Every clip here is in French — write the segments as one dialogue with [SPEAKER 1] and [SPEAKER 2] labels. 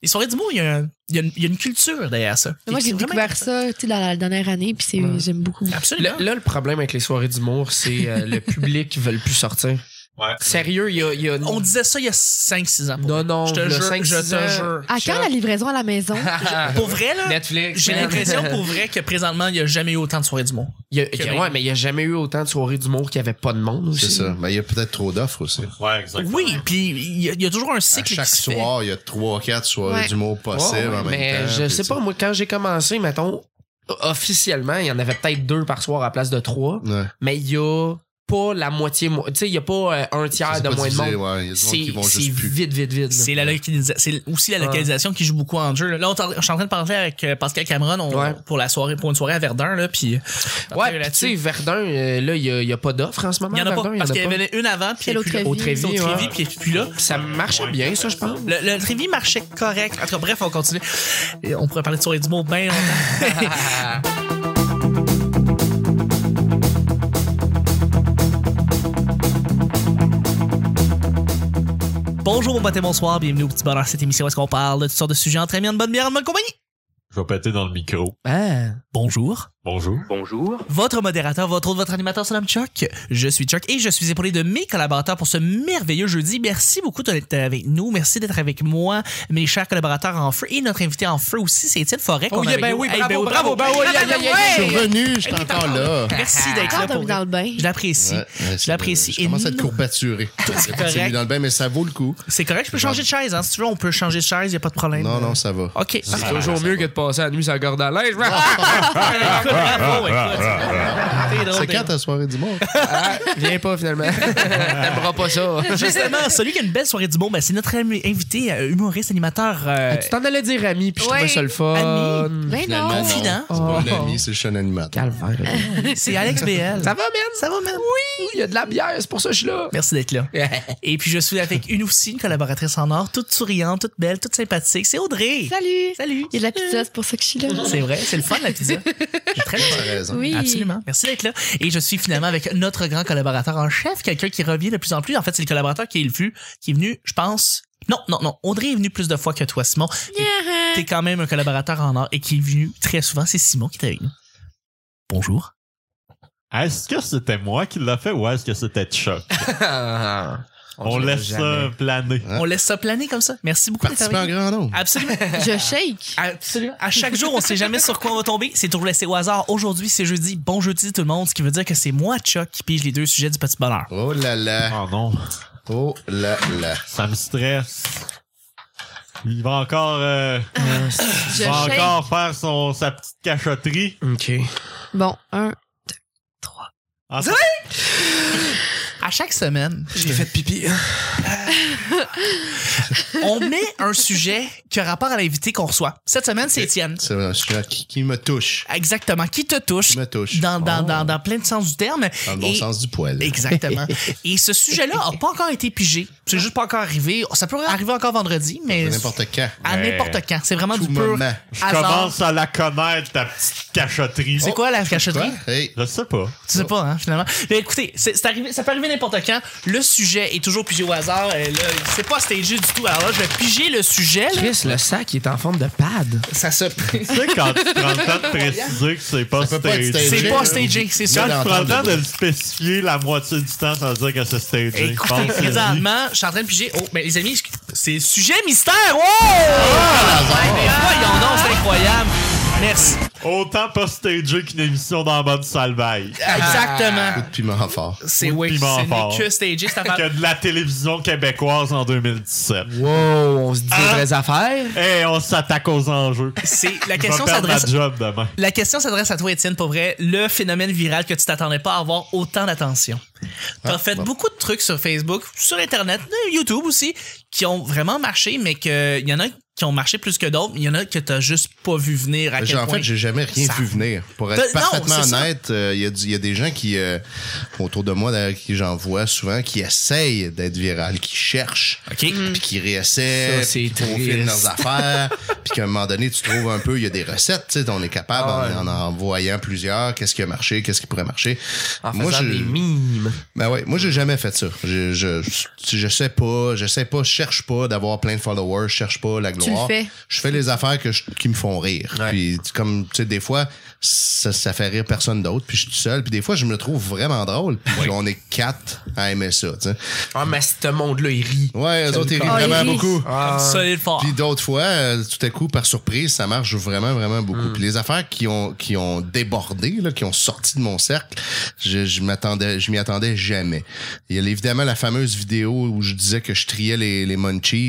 [SPEAKER 1] Les soirées d'humour, il y, a un- il y a une- il y a une culture derrière ça.
[SPEAKER 2] Moi,
[SPEAKER 1] Et
[SPEAKER 2] j'ai
[SPEAKER 1] c'est vraiment
[SPEAKER 2] découvert ça tu sais, dans la dernière année, puis c'est-
[SPEAKER 3] Ouais.
[SPEAKER 2] j'aime beaucoup.
[SPEAKER 1] Absolument.
[SPEAKER 3] Là, là, le problème avec les soirées d'humour, c'est euh, le public qui veut plus sortir.
[SPEAKER 4] Ouais.
[SPEAKER 3] Sérieux, il y a. il y a-
[SPEAKER 1] On disait ça il y a 5-6 ans. Pour
[SPEAKER 3] non,
[SPEAKER 1] vrai.
[SPEAKER 3] non,
[SPEAKER 1] je te
[SPEAKER 3] le
[SPEAKER 1] jure,
[SPEAKER 3] cinq,
[SPEAKER 1] je
[SPEAKER 3] six
[SPEAKER 1] te
[SPEAKER 3] ans.
[SPEAKER 1] jure.
[SPEAKER 2] À quand la livraison à la maison?
[SPEAKER 3] Ah,
[SPEAKER 1] Pour vrai, là,
[SPEAKER 3] Netflix.
[SPEAKER 1] j'ai
[SPEAKER 3] man.
[SPEAKER 1] l'impression pour vrai que présentement, il n'y a jamais eu autant de soirées d'humour.
[SPEAKER 3] Il y a- il y a- ouais, mais il n'y a jamais eu autant de soirées d'humour qu'il n'y avait pas de monde aussi.
[SPEAKER 5] C'est ça. Mais il y a peut-être trop d'offres aussi.
[SPEAKER 4] Ouais, exactement.
[SPEAKER 1] Oui, puis il y, a- il y a toujours un
[SPEAKER 5] À
[SPEAKER 1] cycle
[SPEAKER 5] chaque
[SPEAKER 1] qui se fait.
[SPEAKER 5] soir, il y a trois, quatre soirées
[SPEAKER 2] Ouais.
[SPEAKER 5] d'humour possibles
[SPEAKER 3] Ouais, ouais,
[SPEAKER 5] en même
[SPEAKER 3] mais
[SPEAKER 5] temps.
[SPEAKER 3] je
[SPEAKER 5] puis
[SPEAKER 3] sais
[SPEAKER 5] tu-
[SPEAKER 3] pas, moi, quand j'ai commencé, mettons, officiellement, il y en avait peut-être deux par soir à la place de trois,
[SPEAKER 5] Ouais.
[SPEAKER 3] mais il y a pas la moitié. mo- Tu sais, il y a pas euh, un tiers
[SPEAKER 5] C'est
[SPEAKER 3] de
[SPEAKER 5] pas
[SPEAKER 3] moins de
[SPEAKER 5] divisé,
[SPEAKER 3] monde.
[SPEAKER 5] ouais. Il y a du monde
[SPEAKER 3] C'est
[SPEAKER 5] qui vont
[SPEAKER 3] c'est
[SPEAKER 5] juste plus.
[SPEAKER 3] vite, vite, vite.
[SPEAKER 1] C'est la localisa- c'est aussi la
[SPEAKER 3] Ouais.
[SPEAKER 1] localisation qui joue beaucoup en jeu. là. Là, on t'en- je suis en train de parler avec euh, Pascal Cameron on-
[SPEAKER 3] Ouais.
[SPEAKER 1] pour la soirée, pour une soirée à Verdun là, puis
[SPEAKER 3] Ouais, puis tu
[SPEAKER 1] là-dessus.
[SPEAKER 3] sais, Verdun, euh, là, il n'y a, pas d'offre en ce moment.
[SPEAKER 1] Il y en a
[SPEAKER 3] à
[SPEAKER 1] pas
[SPEAKER 3] Verdun, il y
[SPEAKER 1] parce
[SPEAKER 3] en a
[SPEAKER 1] qu'il y
[SPEAKER 3] pas.
[SPEAKER 1] avait une avant puis
[SPEAKER 2] C'est l'autre
[SPEAKER 1] puis là-
[SPEAKER 2] Trévi.
[SPEAKER 3] Au Trévis,
[SPEAKER 1] Au Trévi,
[SPEAKER 3] ouais.
[SPEAKER 1] puis puis là.
[SPEAKER 3] Ça marchait bien, ça, je pense.
[SPEAKER 1] Le, le Trévi marchait correct. En tout cas, bref, on continue. Et on pourrait parler de soirée d'humour bien longtemps. Bonjour, bon matin, bonsoir. Bienvenue au petit bonheur. Cette émission où est-ce qu'on parle de toutes sortes de sujets entre amis, en bonne bière, en bonne compagnie.
[SPEAKER 4] Je vais péter dans le micro.
[SPEAKER 3] Ah.
[SPEAKER 1] Bonjour.
[SPEAKER 4] Bonjour.
[SPEAKER 1] Votre modérateur, votre autre, votre animateur, c'est l'homme Chuck. Je suis Chuck et je suis épaulé de mes collaborateurs pour ce merveilleux jeudi. Merci beaucoup d'être avec nous. Merci d'être avec moi, mes chers collaborateurs en feu et notre invité en feu aussi, c'est Étienne Forêt. qu'on
[SPEAKER 3] Oh, yeah,
[SPEAKER 1] avait
[SPEAKER 3] ben
[SPEAKER 1] eu-
[SPEAKER 3] oui,
[SPEAKER 1] Hey,
[SPEAKER 3] bravo,
[SPEAKER 1] ben oui,
[SPEAKER 3] bravo, ben oui, aïe, aïe, aïe,
[SPEAKER 5] Je
[SPEAKER 3] aïe.
[SPEAKER 5] suis revenu, je suis encore là.
[SPEAKER 1] Merci d'être là
[SPEAKER 2] Quand
[SPEAKER 1] pour
[SPEAKER 2] on est Ah, dans le bain.
[SPEAKER 1] Je l'apprécie.
[SPEAKER 5] Ouais, ouais, c'est-
[SPEAKER 1] l'apprécie
[SPEAKER 5] Je commence à être
[SPEAKER 1] énormément.
[SPEAKER 5] courbaturé. C'est
[SPEAKER 1] correct.
[SPEAKER 5] dans le bain, mais ça vaut le coup.
[SPEAKER 1] C'est correct, je peux changer de chaise, hein. Si tu veux, on peut changer de chaise, y a pas de problème.
[SPEAKER 5] Non, non, ça va.
[SPEAKER 1] OK.
[SPEAKER 4] Ah,
[SPEAKER 3] C'est toujours mieux que de passer la nuit sur la corde à linge.
[SPEAKER 1] Écoute, bravo,
[SPEAKER 5] Ah,
[SPEAKER 1] écoute. T'es drôle,
[SPEAKER 5] C'est
[SPEAKER 1] t'es
[SPEAKER 5] quand ta soirée d'humour?
[SPEAKER 3] Ah, viens pas, finalement. T'aimeras pas ça.
[SPEAKER 1] Justement, celui qui a une belle soirée du bon, ben, c'est notre ami- invité, euh, humoriste, animateur. euh,
[SPEAKER 3] Tu t'en allais dire ami, puis je trouvais
[SPEAKER 2] Ouais,
[SPEAKER 3] ça le fun.
[SPEAKER 2] Ben
[SPEAKER 5] Finalement,
[SPEAKER 2] non.
[SPEAKER 5] non.
[SPEAKER 1] Confident.
[SPEAKER 5] C'est pas
[SPEAKER 3] Oh.
[SPEAKER 5] un ami, c'est juste un animateur.
[SPEAKER 3] Calvaire.
[SPEAKER 1] c'est Alex BL.
[SPEAKER 3] Ça va, man? Ah. Ça va, man? Oui, il y a de la bière, c'est pour ça que je suis là.
[SPEAKER 1] Merci d'être là. Et puis je suis avec une aussi, une collaboratrice en or, toute souriante, toute belle, toute sympathique. C'est Audrey.
[SPEAKER 2] Salut!
[SPEAKER 1] Salut.
[SPEAKER 2] Il y a de la pizza, c'est pour ça que je suis là.
[SPEAKER 1] C'est vrai, c'est le fun la pizza. C'est très le fun.
[SPEAKER 5] T'as raison.
[SPEAKER 2] Oui.
[SPEAKER 1] Absolument. Merci d'être là. Et je suis finalement avec notre grand collaborateur en chef, quelqu'un qui revient de plus en plus. En fait, c'est le collaborateur qui est le plus, qui est venu, je pense. Non, non, non. Audrey est venue plus de fois que toi, Simon.
[SPEAKER 2] Yeah.
[SPEAKER 1] T'es quand même un collaborateur en or et qui est venu très souvent. C'est Simon qui est avec nous. Bonjour.
[SPEAKER 4] Est-ce que c'était moi qui l'a fait ou est-ce que c'était Chuck? On, laisse ça planer.
[SPEAKER 5] Hein?
[SPEAKER 1] On laisse ça planer comme ça. Merci beaucoup d'être
[SPEAKER 5] Participer en
[SPEAKER 1] avec nous.
[SPEAKER 5] grand nombre.
[SPEAKER 1] Absolument.
[SPEAKER 2] Je shake.
[SPEAKER 1] Absolument. À chaque jour, on sait jamais sur quoi on va tomber. C'est toujours laissé au hasard. Aujourd'hui, c'est jeudi. Bon jeudi, tout le monde. Ce qui veut dire que c'est moi, Chuck, qui pige les deux sujets du petit bonheur.
[SPEAKER 5] Oh là là.
[SPEAKER 4] Oh non,
[SPEAKER 5] Oh là là.
[SPEAKER 4] ça me stresse. Il va encore, euh,
[SPEAKER 2] Je
[SPEAKER 4] il va
[SPEAKER 2] shake.
[SPEAKER 4] encore faire son, sa petite cachotterie.
[SPEAKER 3] OK.
[SPEAKER 2] Bon, un.
[SPEAKER 4] Ah,
[SPEAKER 1] À chaque semaine,
[SPEAKER 3] J'ai fait pipi.
[SPEAKER 1] on met un sujet qui a rapport à l'invité qu'on reçoit. Cette semaine, c'est Étienne.
[SPEAKER 5] C'est un sujet qui, qui me touche.
[SPEAKER 1] Exactement. Qui te touche
[SPEAKER 5] Qui me touche.
[SPEAKER 1] dans, dans,
[SPEAKER 5] Oh.
[SPEAKER 1] dans, dans plein de sens du terme.
[SPEAKER 5] Dans le bon
[SPEAKER 1] Et-
[SPEAKER 5] sens du poil.
[SPEAKER 1] Exactement. Et ce sujet-là n'a pas encore été pigé. C'est juste pas encore arrivé. Ça peut arriver encore vendredi, mais
[SPEAKER 5] C'est N'importe quand.
[SPEAKER 1] à n'importe quand. C'est vraiment
[SPEAKER 5] Tout
[SPEAKER 1] du pur
[SPEAKER 5] moment.
[SPEAKER 4] je
[SPEAKER 1] hasard.
[SPEAKER 4] commence à la connaître, ta petite cachotterie.
[SPEAKER 1] C'est quoi la
[SPEAKER 5] Quoi?
[SPEAKER 1] cachotterie?
[SPEAKER 5] Hey.
[SPEAKER 4] Je sais pas.
[SPEAKER 1] Tu sais pas, hein, finalement. Mais écoutez, c'est c'est arrivé, ça peut arriver n'importe quand. Le sujet est toujours pigé au hasard. Et là, c'est pas stagé du tout. Alors là, je vais piger le sujet. là.
[SPEAKER 3] Chris, le sac, il est en forme de pad.
[SPEAKER 1] Ça se.
[SPEAKER 4] Tu sais, quand tu prends le temps de préciser que c'est pas
[SPEAKER 5] peut pas être
[SPEAKER 4] stagé.
[SPEAKER 5] stagé.
[SPEAKER 1] c'est pas stagé, c'est
[SPEAKER 4] Quand
[SPEAKER 1] sûr.
[SPEAKER 4] tu prends le temps
[SPEAKER 5] d'entendre
[SPEAKER 4] de
[SPEAKER 5] le
[SPEAKER 4] le spécifier la moitié du temps, ça veut dire que c'est stagé. Je pense
[SPEAKER 1] Écoutez,
[SPEAKER 4] que c'est dit.
[SPEAKER 1] présentement, je suis en train de piger. Oh, mais les amis, je- c'est le sujet mystère. Wow!
[SPEAKER 5] Ah,
[SPEAKER 1] Ouais, mais voyons donc, c'est incroyable. Merci.
[SPEAKER 4] Autant pas stagé qu'une émission dans Bonne Salvaille.
[SPEAKER 5] Ah.
[SPEAKER 1] Exactement.
[SPEAKER 5] Coup de piment fort.
[SPEAKER 1] C'est
[SPEAKER 4] Coup de
[SPEAKER 1] oui,
[SPEAKER 4] piment
[SPEAKER 1] c'est
[SPEAKER 4] fort.
[SPEAKER 1] n'est que stagé, cette affaire.
[SPEAKER 4] que de la télévision québécoise en 2017.
[SPEAKER 3] Wow, on se
[SPEAKER 4] Ah.
[SPEAKER 3] dit des vraies affaires.
[SPEAKER 4] Et on s'attaque aux enjeux.
[SPEAKER 1] C'est la
[SPEAKER 4] Je vais
[SPEAKER 1] question
[SPEAKER 4] perdre ma
[SPEAKER 1] s'adresse.
[SPEAKER 4] job demain.
[SPEAKER 1] La question s'adresse à toi, Étienne, pour vrai. Le phénomène viral que tu t'attendais pas à avoir autant d'attention. T'as
[SPEAKER 5] Ah,
[SPEAKER 1] fait
[SPEAKER 5] bon.
[SPEAKER 1] beaucoup de trucs sur Facebook, sur Internet, euh, YouTube aussi, qui ont vraiment marché, mais qu'il y en a qui ont marché plus que d'autres. Il y en a que t'as juste pas vu venir à quel
[SPEAKER 5] J'ai- En
[SPEAKER 1] point.
[SPEAKER 5] fait, j'ai jamais rien
[SPEAKER 1] ça-
[SPEAKER 5] vu venir. Pour être
[SPEAKER 1] Ben, non,
[SPEAKER 5] parfaitement
[SPEAKER 1] c'est ça.
[SPEAKER 5] honnête, euh, il y a du- il y, a des gens qui, euh, autour de moi, d'ailleurs, qui j'en vois souvent, qui essayent d'être viral, qui cherchent,
[SPEAKER 1] OK. Mm.
[SPEAKER 5] puis qui réessaient,
[SPEAKER 3] Ça, c'est
[SPEAKER 5] puis qui profilent
[SPEAKER 3] triste.
[SPEAKER 5] leurs affaires, puis qu'à un moment donné, tu trouves un peu, il y a des recettes, tu sais, on est capable
[SPEAKER 3] Ah
[SPEAKER 5] en, en en voyant plusieurs, qu'est-ce qui a marché, qu'est-ce qui pourrait marcher.
[SPEAKER 3] En
[SPEAKER 5] Moi,
[SPEAKER 3] faisant
[SPEAKER 5] je-
[SPEAKER 3] des mimes.
[SPEAKER 5] Ben ouais, moi j'ai jamais fait ça. Je, je, je sais pas, je sais pas, je cherche pas d'avoir plein de followers, je cherche pas la
[SPEAKER 2] tu le
[SPEAKER 5] gloire.
[SPEAKER 2] fais.
[SPEAKER 5] Je fais les affaires que je- qui me font rire.
[SPEAKER 3] Ouais.
[SPEAKER 5] Puis tu- comme tu sais des fois ça, ça fait rire personne d'autre, puis je suis tout seul, puis des fois je me trouve vraiment drôle. Puis on est quatre à aimer ça, tu sais.
[SPEAKER 3] Ah, mais ce monde-là, il rit.
[SPEAKER 5] Ouais, eux autres ils rient
[SPEAKER 2] Ah, ils
[SPEAKER 5] vraiment
[SPEAKER 2] rient.
[SPEAKER 5] beaucoup.
[SPEAKER 3] Ah,
[SPEAKER 1] Solide fort.
[SPEAKER 5] Puis d'autres fois, euh, tout à coup, par surprise, ça marche vraiment, vraiment beaucoup.
[SPEAKER 1] Mm.
[SPEAKER 5] Puis les affaires qui ont, qui ont débordé, là, qui ont sorti de mon cercle, je, je m'attendais, je m'y attendais jamais. Il y a évidemment la fameuse vidéo où je disais que je triais les, les munchies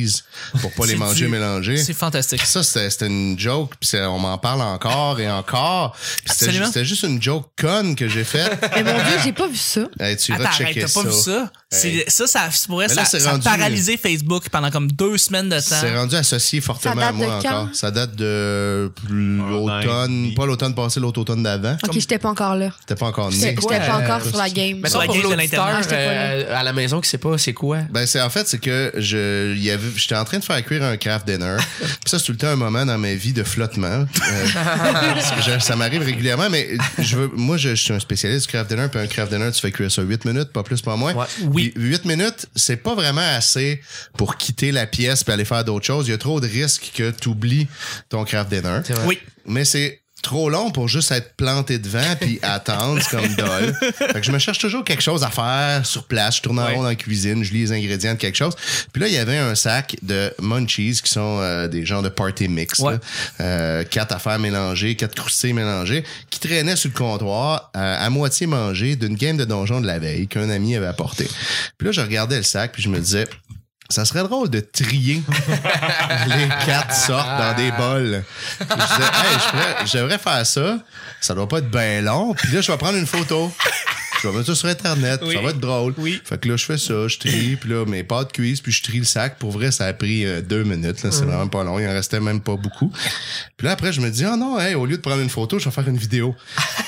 [SPEAKER 5] pour pas les
[SPEAKER 1] C'est
[SPEAKER 5] manger
[SPEAKER 1] du-
[SPEAKER 5] mélangés.
[SPEAKER 1] C'est fantastique.
[SPEAKER 5] Ça, c'était c'était une joke, puis c'est- on m'en parle encore et encore. Puis C'était ju-
[SPEAKER 1] Absolument.
[SPEAKER 5] c'était juste une joke conne que j'ai faite.
[SPEAKER 2] Mais mon Dieu, j'ai pas vu ça.
[SPEAKER 5] Hey, tu
[SPEAKER 1] Attends,
[SPEAKER 5] iras
[SPEAKER 1] arrête,
[SPEAKER 5] checker
[SPEAKER 1] t'as pas vu ça? C'est- Ça, ça, pourrait,
[SPEAKER 5] Mais là,
[SPEAKER 1] ça,
[SPEAKER 5] c'est
[SPEAKER 1] ça a
[SPEAKER 5] rendu-
[SPEAKER 1] paralysé Facebook pendant comme deux semaines de
[SPEAKER 5] C'est
[SPEAKER 1] temps.
[SPEAKER 5] rendu associé fortement
[SPEAKER 2] date
[SPEAKER 5] à moi
[SPEAKER 2] de quand?
[SPEAKER 5] encore. Ça date de
[SPEAKER 4] Un an et
[SPEAKER 5] l'automne,
[SPEAKER 4] demi.
[SPEAKER 5] pas l'automne passé, l'autre automne d'avant.
[SPEAKER 2] Ok, j'étais pas encore là.
[SPEAKER 5] T'étais pas encore né.
[SPEAKER 2] J'étais j'étais pas
[SPEAKER 3] euh,
[SPEAKER 2] encore sur la game.
[SPEAKER 3] Mais toi,
[SPEAKER 1] la
[SPEAKER 3] pour
[SPEAKER 1] guise de
[SPEAKER 3] l'auditeur
[SPEAKER 1] l'Internet.
[SPEAKER 2] Ah, j'étais pas là.
[SPEAKER 3] euh, à la maison qui sait pas c'est quoi.
[SPEAKER 5] Ben c'est en fait c'est que je il y avait j'étais en train de faire cuire un craft dinner. Puis ça c'est tout le temps un moment dans ma vie de flottement. Euh, parce que je- ça m'arrive régulièrement mais je veux moi je, je suis un spécialiste du craft dinner puis un craft dinner tu fais cuire ça 8 minutes pas plus pas moins.
[SPEAKER 3] Ouais.
[SPEAKER 1] Oui.
[SPEAKER 5] Puis 8 minutes, c'est pas vraiment assez pour quitter la pièce puis aller faire d'autres choses, il y a trop de risques que tu oublies ton craft dinner.
[SPEAKER 3] C'est vrai.
[SPEAKER 1] Oui.
[SPEAKER 5] Mais c'est trop long pour juste être planté devant puis attendre, c'est comme dol. Fait que je me cherche toujours quelque chose à faire sur place. Je tourne en
[SPEAKER 3] Ouais.
[SPEAKER 5] rond dans la cuisine, je lis les ingrédients de quelque chose. Puis là, il y avait un sac de munchies qui sont euh, des genres de party mix.
[SPEAKER 1] Ouais.
[SPEAKER 5] là. Euh, quatre affaires mélangées, quatre croustilles mélangées, qui traînaient sur le comptoir euh, à moitié mangées d'une game de donjon de la veille qu'un ami avait apporté. Puis là, je regardais le sac puis je me disais... Ça serait drôle de trier les quatre sortes dans des bols. Puis Je disais, hey, je pourrais- j'aimerais faire ça. Ça doit pas être bien long. Puis là, je vais prendre une photo. Je vais mettre ça sur Internet. puis Ça
[SPEAKER 1] Oui.
[SPEAKER 5] va être drôle.
[SPEAKER 1] Oui.
[SPEAKER 5] Fait que là, je fais ça. Je trie. Puis là, mes pâtes cuisses. Puis je trie le sac. Pour vrai, ça a pris euh, deux minutes. là.
[SPEAKER 1] Mm.
[SPEAKER 5] C'est vraiment pas long. Il en restait même pas beaucoup. Puis là, après, je me dis, oh non, hey, au lieu de prendre une photo, je vais faire une vidéo.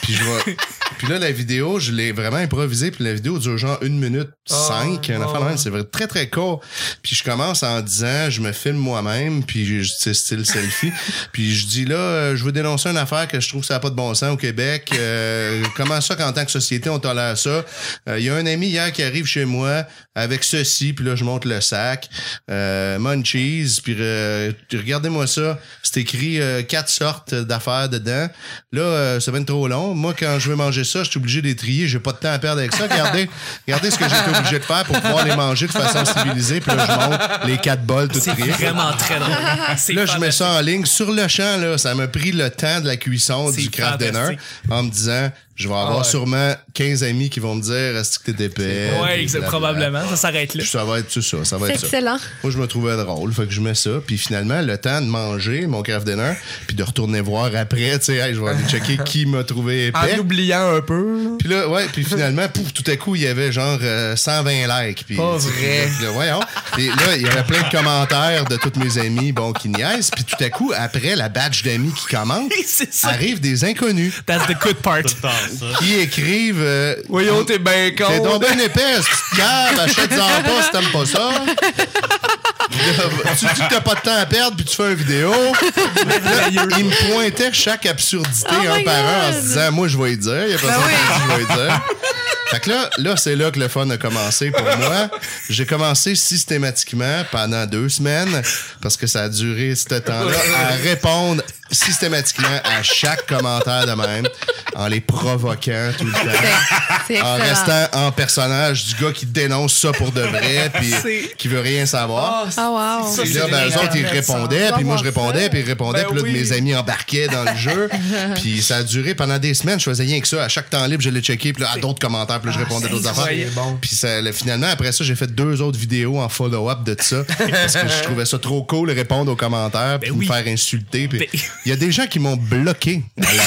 [SPEAKER 5] Puis je vais. Puis là, la vidéo, je l'ai vraiment improvisée. Puis la vidéo dure genre une minute
[SPEAKER 1] Oh,
[SPEAKER 5] cinq. Un affaire de même, c'est vrai, très, très court. Puis je commence en disant, je me filme moi-même, puis je- tu sais, style selfie. puis je dis là, euh, je veux dénoncer une affaire que je trouve que ça n'a pas de bon sens au Québec. Euh, comment ça qu'en tant que société, on tolère ça? Euh, Il y a un ami hier qui arrive chez moi avec ceci, puis là, je monte le sac. Euh, munchies, puis euh, regardez-moi ça. C'est écrit euh, quatre sortes d'affaires dedans. Là, euh, ça va être trop long. Moi, quand je veux manger ça, je suis obligé de les trier. J'ai pas de temps à perdre avec ça. Regardez, regardez ce que j'étais obligé de faire pour pouvoir les manger de façon civilisée. Puis là, je monte les quatre bols tout
[SPEAKER 1] C'est
[SPEAKER 5] triés.
[SPEAKER 1] vraiment très drôle. C'est
[SPEAKER 5] Là, je mets
[SPEAKER 1] fantastique.
[SPEAKER 5] ça en ligne sur le champ. Là, ça m'a pris le temps de la cuisson
[SPEAKER 1] C'est
[SPEAKER 5] du craft dinner
[SPEAKER 1] fantastique. Ah
[SPEAKER 5] en me disant, je vais avoir
[SPEAKER 3] ouais.
[SPEAKER 5] sûrement 15 amis qui vont me dire, est-ce que t'es épais?
[SPEAKER 1] Ouais,
[SPEAKER 5] Puis
[SPEAKER 1] exa-
[SPEAKER 5] blablabla.
[SPEAKER 1] probablement. Ça s'arrête là.
[SPEAKER 5] Puis Ça va être tout ça. Ça va
[SPEAKER 2] C'est
[SPEAKER 5] être ça.
[SPEAKER 2] excellent.
[SPEAKER 5] Moi, je me trouvais drôle. Fait que je mets ça. Puis finalement, le temps de manger mon craft dinner, puis de retourner voir après, tu sais, Hey, je vais aller checker qui m'a trouvé
[SPEAKER 3] En
[SPEAKER 5] épais.
[SPEAKER 3] oubliant un peu.
[SPEAKER 5] Puis là, ouais, puis finalement, pouf, tout à coup, il y avait genre euh, 120 likes. Puis,
[SPEAKER 3] Pas
[SPEAKER 5] tu sais,
[SPEAKER 3] vrai.
[SPEAKER 5] puis là, voyons. Puis là, il y avait plein de commentaires de toutes mes amies, bon, qui niaisent. Puis tout à coup, après la batch d'amis qui commence,
[SPEAKER 1] C'est ça.
[SPEAKER 5] arrivent des inconnus
[SPEAKER 1] That's the good part.
[SPEAKER 4] Tout le temps, ça.
[SPEAKER 5] qui écrivent... euh,
[SPEAKER 3] Voyons, t'es bien con.
[SPEAKER 5] T'es donc bien épais, cette petite cave, achète-en pas si t'aimes pas ça. tu dis que t'as pas de temps à perdre, puis tu fais une vidéo. Là, il me pointait chaque absurdité
[SPEAKER 2] Oh
[SPEAKER 5] un
[SPEAKER 2] my
[SPEAKER 5] par un en
[SPEAKER 2] God.
[SPEAKER 5] se disant, moi, je vais y dire. Il y a personne
[SPEAKER 2] Ben
[SPEAKER 5] qui dit, je vais y dire. Fait que là, là c'est là que le fun a commencé pour moi. J'ai commencé systématiquement pendant deux semaines, parce que ça a duré ce temps-là, à répondre systématiquement à chaque commentaire de même, en les provoquant tout le temps
[SPEAKER 2] C'est- C'est
[SPEAKER 5] en
[SPEAKER 2] excellent.
[SPEAKER 5] restant en personnage du gars qui dénonce ça pour de vrai puis
[SPEAKER 1] C'est-
[SPEAKER 5] qui veut rien savoir.
[SPEAKER 2] Ah, wow.
[SPEAKER 5] Puis
[SPEAKER 3] c'est
[SPEAKER 5] là, ben, eux
[SPEAKER 3] génial.
[SPEAKER 5] autres, ils répondaient, puis moi, je répondais, puis ils répondaient,
[SPEAKER 3] Ben
[SPEAKER 5] puis là,
[SPEAKER 3] oui.
[SPEAKER 5] mes amis embarquaient dans le jeu. puis ça a duré pendant des semaines. Je faisais rien que ça. À chaque temps libre, je l'ai checké, puis là, à d'autres commentaires, puis là, je répondais à d'autres affaires.
[SPEAKER 3] incroyable. Bon.
[SPEAKER 5] Puis ça, là, finalement, après ça, j'ai fait deux autres vidéos en follow-up de ça. parce que je trouvais ça trop cool, répondre aux commentaires, puis
[SPEAKER 1] Ben oui.
[SPEAKER 5] me faire insulter. Puis
[SPEAKER 1] Ben-
[SPEAKER 5] il y a des gens qui m'ont bloqué à la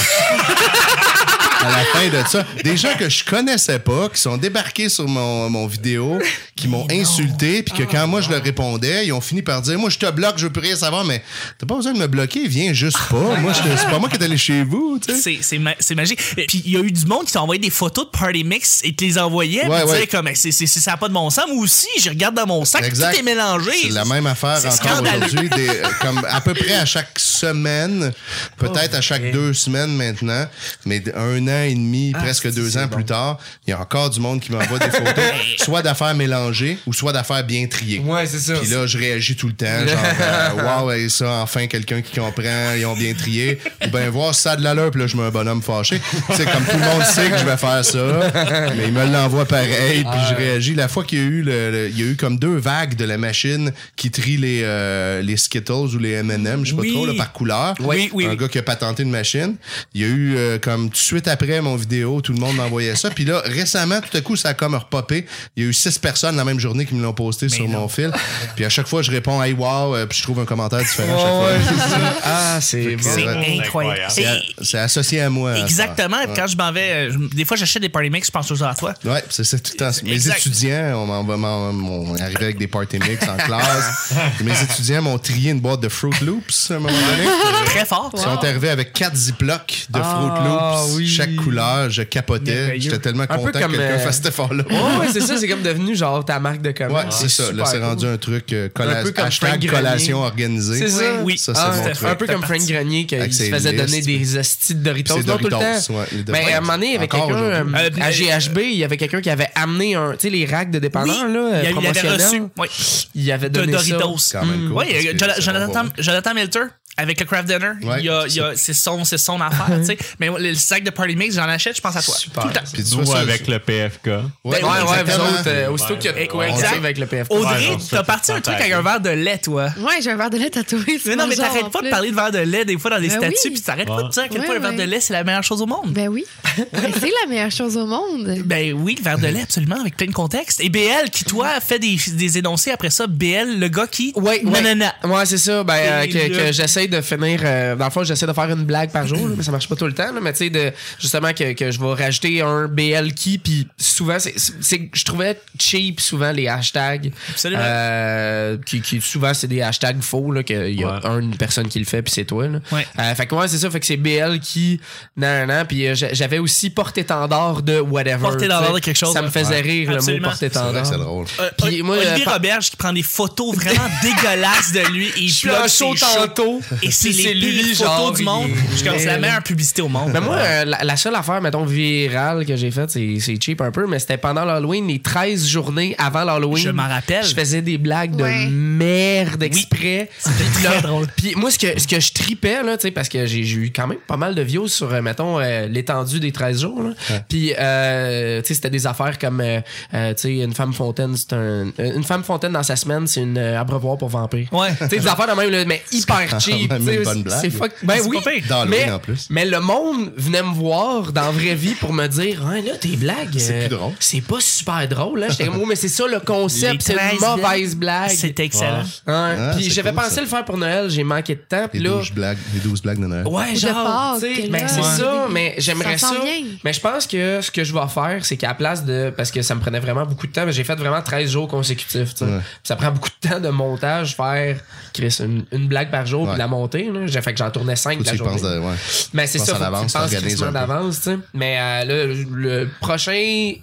[SPEAKER 5] à la fin de ça. Des gens que je connaissais pas, qui sont débarqués sur mon, mon vidéo, qui m'ont insulté, puis que
[SPEAKER 1] Ah.
[SPEAKER 5] quand moi je leur répondais, ils ont fini par dire Moi, je te bloque, je veux plus rien savoir, mais t'as pas besoin de me bloquer, viens juste pas. Moi, je te- c'est pas moi qui est allé chez vous, tu sais.
[SPEAKER 1] C'est, c'est, ma- c'est magique. Et Puis il y a eu du monde qui t'a envoyé des photos de Party Mix et te les envoyait.
[SPEAKER 5] Ouais,
[SPEAKER 1] puis tu
[SPEAKER 5] ouais.
[SPEAKER 1] sais, comme, c'est, c'est, c'est- ça n'a pas de bon sens. Moi aussi, je regarde dans mon sac,
[SPEAKER 5] Exact.
[SPEAKER 1] tout est mélangé.
[SPEAKER 5] C'est la même affaire
[SPEAKER 1] C'est
[SPEAKER 5] encore
[SPEAKER 1] scandaleux.
[SPEAKER 5] aujourd'hui. des- euh, Comme à peu près à chaque semaine,
[SPEAKER 1] Oh
[SPEAKER 5] peut-être à chaque deux semaines maintenant, mais d- un an et demi,
[SPEAKER 1] Ah,
[SPEAKER 5] presque deux ans plus tard, il y a encore du monde qui m'envoie des photos, soit d'affaires mélangées ou soit d'affaires bien triées.
[SPEAKER 3] Ouais, c'est ça.
[SPEAKER 5] Puis là, je réagis tout le temps, genre, euh, wow, et ça, enfin, quelqu'un qui comprend, ils ont bien trié. Ou bien, voir ça a de l'allure, puis là, je mets un bonhomme fâché. C'est comme tout le monde sait que je vais faire ça, mais il me l'envoie pareil, puis je réagis. La fois qu'il y a eu, le, le- il y a eu comme deux vagues de la machine qui trie les, euh, les Skittles ou les M&M, je sais pas
[SPEAKER 1] Oui.
[SPEAKER 5] trop, là, par couleur.
[SPEAKER 1] Oui, oui,
[SPEAKER 5] Un
[SPEAKER 1] oui.
[SPEAKER 5] gars qui a patenté une machine. Il y a eu, euh, comme tout de suite après mon vidéo, tout le monde m'envoyait ça. Puis là, récemment, tout à coup, ça a comme repopé. Il y a eu six personnes la même journée qui me l'ont posté sur mon fil. Puis à chaque fois, je réponds, hey, wow, euh, puis je trouve un commentaire différent à chaque fois.
[SPEAKER 3] Ah, c'est bon.
[SPEAKER 1] C'est
[SPEAKER 5] Ouais.
[SPEAKER 1] incroyable.
[SPEAKER 4] Incroyable.
[SPEAKER 1] C'est-
[SPEAKER 5] C'est- C'est associé à moi. à
[SPEAKER 1] Exactement. Quand je m'en vais, euh, je- des fois, j'achète des party mix, je pense toujours à toi.
[SPEAKER 5] Ouais, c'est ça tout le temps. Mes
[SPEAKER 1] Exact.
[SPEAKER 5] étudiants, on m'en va m'en- m'en- on est arrivé avec des party mix en classe. Mes étudiants m'ont trié une boîte de Fruit Loops à un moment donné.
[SPEAKER 1] Très fort.
[SPEAKER 5] Ils sont arrivés avec quatre ziplocs de Fruit Loops,
[SPEAKER 3] Ah, oui.
[SPEAKER 5] chaque couleur. Je capotais.
[SPEAKER 3] Merveilleux.
[SPEAKER 5] J'étais tellement
[SPEAKER 3] Un peu
[SPEAKER 5] content que
[SPEAKER 3] comme,
[SPEAKER 5] quelqu'un
[SPEAKER 3] euh,
[SPEAKER 5] fasse cet effort-là.
[SPEAKER 3] Ouais, ouais, c'est ça, c'est comme devenu genre ta marque de
[SPEAKER 5] Ouais,
[SPEAKER 3] commerce.
[SPEAKER 5] c'est ça. Là,
[SPEAKER 3] super
[SPEAKER 5] c'est rendu
[SPEAKER 3] cool.
[SPEAKER 5] un truc euh, colla-
[SPEAKER 3] Un peu comme Frank
[SPEAKER 5] hashtag
[SPEAKER 3] Grenier.
[SPEAKER 5] collation
[SPEAKER 3] C'est
[SPEAKER 5] organisée.
[SPEAKER 3] ça.
[SPEAKER 1] Oui.
[SPEAKER 5] Ça, c'est
[SPEAKER 3] Ah,
[SPEAKER 5] mon
[SPEAKER 3] c'était
[SPEAKER 5] truc.
[SPEAKER 3] un peu
[SPEAKER 1] Fait
[SPEAKER 3] comme Frank
[SPEAKER 1] partie.
[SPEAKER 3] Grenier
[SPEAKER 5] Avec
[SPEAKER 3] qui se
[SPEAKER 5] ses
[SPEAKER 3] faisait
[SPEAKER 5] listes,
[SPEAKER 3] donner des hosties de Doritos.
[SPEAKER 5] C'est
[SPEAKER 3] Non, tout le
[SPEAKER 5] Doritos,
[SPEAKER 3] temps.
[SPEAKER 5] ouais, les Doritos.
[SPEAKER 3] Mais à un moment donné, il y avait
[SPEAKER 5] Encore
[SPEAKER 3] quelqu'un
[SPEAKER 5] aujourd'hui.
[SPEAKER 1] Euh,
[SPEAKER 3] euh, à GHB, il y avait quelqu'un qui avait amené un, tu sais, les racks de
[SPEAKER 1] Oui,
[SPEAKER 3] dépanneurs,
[SPEAKER 1] il
[SPEAKER 3] là, euh,
[SPEAKER 1] y a- il avait
[SPEAKER 3] promotionnels.
[SPEAKER 1] reçu oui,
[SPEAKER 3] Il avait
[SPEAKER 1] de
[SPEAKER 3] donné
[SPEAKER 1] Doritos.
[SPEAKER 5] Quand même cool,
[SPEAKER 1] Oui,
[SPEAKER 5] parce
[SPEAKER 1] Jonathan,
[SPEAKER 5] que ça va
[SPEAKER 1] Jonathan,
[SPEAKER 5] pas.
[SPEAKER 1] Jonathan Milter avec le Craft Dinner.
[SPEAKER 5] Ouais,
[SPEAKER 1] il y a- il y a- c'est son, c'est son affaire, tu sais. Mais le, le sac de Party Mix, j'en achète, je pense à toi.
[SPEAKER 3] Super.
[SPEAKER 1] Tout le temps.
[SPEAKER 5] Puis tu vois
[SPEAKER 4] Nous,
[SPEAKER 5] ça,
[SPEAKER 4] avec le PFK.
[SPEAKER 5] Ouais,
[SPEAKER 3] ça. Ouais, ouais, vous
[SPEAKER 5] Ben exactement.
[SPEAKER 3] autres, euh, aussitôt qu'il y a de quoi,
[SPEAKER 4] Ouais,
[SPEAKER 3] tu sais,
[SPEAKER 1] exact.
[SPEAKER 3] avec le PFK.
[SPEAKER 1] Audrey,
[SPEAKER 4] Ouais, non, c'est
[SPEAKER 1] t'as parti un
[SPEAKER 4] tout
[SPEAKER 1] truc
[SPEAKER 4] à
[SPEAKER 1] avec
[SPEAKER 4] fait.
[SPEAKER 1] un verre de lait, toi.
[SPEAKER 2] Ouais, j'ai un verre de lait tatoué.
[SPEAKER 1] Mais non, mais t'arrêtes pas de parler de verre de lait des fois dans les
[SPEAKER 2] Ben
[SPEAKER 1] statuts,
[SPEAKER 2] oui.
[SPEAKER 1] puis t'arrêtes pas de dire à quel
[SPEAKER 2] Ouais,
[SPEAKER 1] point le verre
[SPEAKER 2] ouais.
[SPEAKER 1] de lait, c'est la meilleure chose au monde.
[SPEAKER 2] Ben oui. Mais c'est la meilleure chose au monde.
[SPEAKER 1] Ben oui, le verre de lait, absolument, avec plein de contexte. Et BL qui, toi, fait des, des énoncés après ça. BL, le gars qui.
[SPEAKER 3] Ouais, ouais.
[SPEAKER 1] Nanana.
[SPEAKER 3] Ouais, c'est ça. Ben, euh,
[SPEAKER 1] Et
[SPEAKER 3] que,
[SPEAKER 1] là-
[SPEAKER 3] que j'essaie de finir. euh, dans le fond, j'essaie de faire une blague par jour, là, mais ça marche pas tout le temps. là, mais tu sais, de- justement, que, que je vais rajouter un BL qui, puis souvent, c'est, c'est- je trouvais cheap souvent les hashtags.
[SPEAKER 1] Absolument.
[SPEAKER 3] Euh, qui, qui souvent, c'est des hashtags faux, là, qu'il y a
[SPEAKER 4] Ouais.
[SPEAKER 3] une personne qui le fait, puis c'est toi. Là.
[SPEAKER 1] Ouais.
[SPEAKER 3] Euh, fait que, ouais, c'est ça. Fait que c'est BL qui. Non, non, non. Puis euh, j'a- j'avais aussi porte-étendard de whatever.
[SPEAKER 1] Porte-étendard
[SPEAKER 3] tu sais.
[SPEAKER 1] de quelque chose,
[SPEAKER 3] Ça me
[SPEAKER 1] ouais.
[SPEAKER 3] faisait rire, le
[SPEAKER 1] Absolument.
[SPEAKER 3] mot
[SPEAKER 5] C'est vrai
[SPEAKER 3] porte-étendard.
[SPEAKER 5] que c'est drôle.
[SPEAKER 1] Euh,
[SPEAKER 3] Puis
[SPEAKER 1] Ol-
[SPEAKER 3] moi,
[SPEAKER 1] Olivier
[SPEAKER 3] euh, par-
[SPEAKER 1] Roberge qui prend des photos vraiment dégueulasses de lui et il
[SPEAKER 3] Je suis
[SPEAKER 1] bloque
[SPEAKER 3] un
[SPEAKER 1] ses
[SPEAKER 3] show
[SPEAKER 1] shows.
[SPEAKER 3] tantôt.
[SPEAKER 1] Et c'est
[SPEAKER 3] Puis
[SPEAKER 1] les
[SPEAKER 3] lui,
[SPEAKER 1] pires
[SPEAKER 3] genre,
[SPEAKER 1] photos du
[SPEAKER 3] il-
[SPEAKER 1] monde. Je suis comme, c'est la meilleure publicité au monde.
[SPEAKER 3] Mais moi, euh, la, la seule affaire, mettons, virale que j'ai faite, c'est c'est cheap un peu, mais c'était pendant l'Halloween, les 13 journées avant l'Halloween.
[SPEAKER 1] Je m'en rappelle.
[SPEAKER 3] Je faisais des blagues de
[SPEAKER 2] Ouais.
[SPEAKER 3] merde exprès.
[SPEAKER 1] C'était très drôle.
[SPEAKER 3] Puis moi, ce que, ce que je tripais, là, tu sais, parce que j'ai j'ai eu quand même pas mal de views sur, euh, mettons, euh, l'étendue des 13 jours. Là. Puis, euh, tu sais, c'était des affaires comme, euh, euh, tu sais, une femme fontaine, c'est un. euh, Une femme fontaine dans sa semaine, c'est une euh, abreuvoir pour vampire.
[SPEAKER 1] Ouais.
[SPEAKER 3] Tu sais, des affaires de même, là, mais hyper cheap.
[SPEAKER 5] quand même
[SPEAKER 3] tu sais,
[SPEAKER 5] une bonne
[SPEAKER 3] c'est-
[SPEAKER 5] blague.
[SPEAKER 3] C'est fuck. Ben
[SPEAKER 1] C'est
[SPEAKER 3] oui.
[SPEAKER 1] pas pire.
[SPEAKER 5] D'Halloween,
[SPEAKER 3] mais,
[SPEAKER 5] en plus.
[SPEAKER 3] Mais le monde venait me voir dans la vraie vie pour me dire, hein, là, tes blagues.
[SPEAKER 5] C'est
[SPEAKER 3] euh,
[SPEAKER 5] plus drôle.
[SPEAKER 3] C'est pas super drôle, là. J'étais comme, oh, mais c'est ça le
[SPEAKER 1] Les
[SPEAKER 3] concept, c'est
[SPEAKER 1] 13
[SPEAKER 3] une mauvaise blague.
[SPEAKER 1] C'était excellent.
[SPEAKER 3] Hein,
[SPEAKER 5] Ah,
[SPEAKER 3] puis
[SPEAKER 5] c'est
[SPEAKER 3] j'avais
[SPEAKER 5] cool,
[SPEAKER 3] pensé
[SPEAKER 5] ça.
[SPEAKER 3] le faire pour Noël, j'ai manqué de temps. Puis
[SPEAKER 5] Les
[SPEAKER 3] là,
[SPEAKER 5] 12 blagues, les 12 blagues de Noël.
[SPEAKER 3] ouais,
[SPEAKER 2] de
[SPEAKER 3] genre,
[SPEAKER 2] Pâques,
[SPEAKER 3] tu sais,
[SPEAKER 2] là.
[SPEAKER 3] ben, c'est
[SPEAKER 2] Ouais.
[SPEAKER 3] ça, mais j'aimerais
[SPEAKER 2] Ça
[SPEAKER 3] ça.
[SPEAKER 2] s'en vient.
[SPEAKER 3] Mais je pense que ce que je vais faire, c'est qu'à place de. Parce que ça me prenait vraiment beaucoup de temps, mais j'ai fait vraiment 13 jours consécutifs. tu sais.
[SPEAKER 5] Ouais.
[SPEAKER 3] Ça prend beaucoup de temps de montage, faire Chris, une, une blague par jour,
[SPEAKER 5] Ouais.
[SPEAKER 3] puis de la monter. Là. J'ai- Fait que j'en tournais 5 de
[SPEAKER 5] Faut que
[SPEAKER 3] la
[SPEAKER 5] tu y
[SPEAKER 3] journée.
[SPEAKER 5] penses de- euh, ouais.
[SPEAKER 3] Mais Ben, c'est
[SPEAKER 5] Pense
[SPEAKER 3] ça,
[SPEAKER 5] en
[SPEAKER 3] faut que
[SPEAKER 5] avance,
[SPEAKER 3] tu penses
[SPEAKER 5] t'organises
[SPEAKER 3] quasiment
[SPEAKER 5] un peu.
[SPEAKER 3] d'avance, tu sais. Mais euh, le, le prochain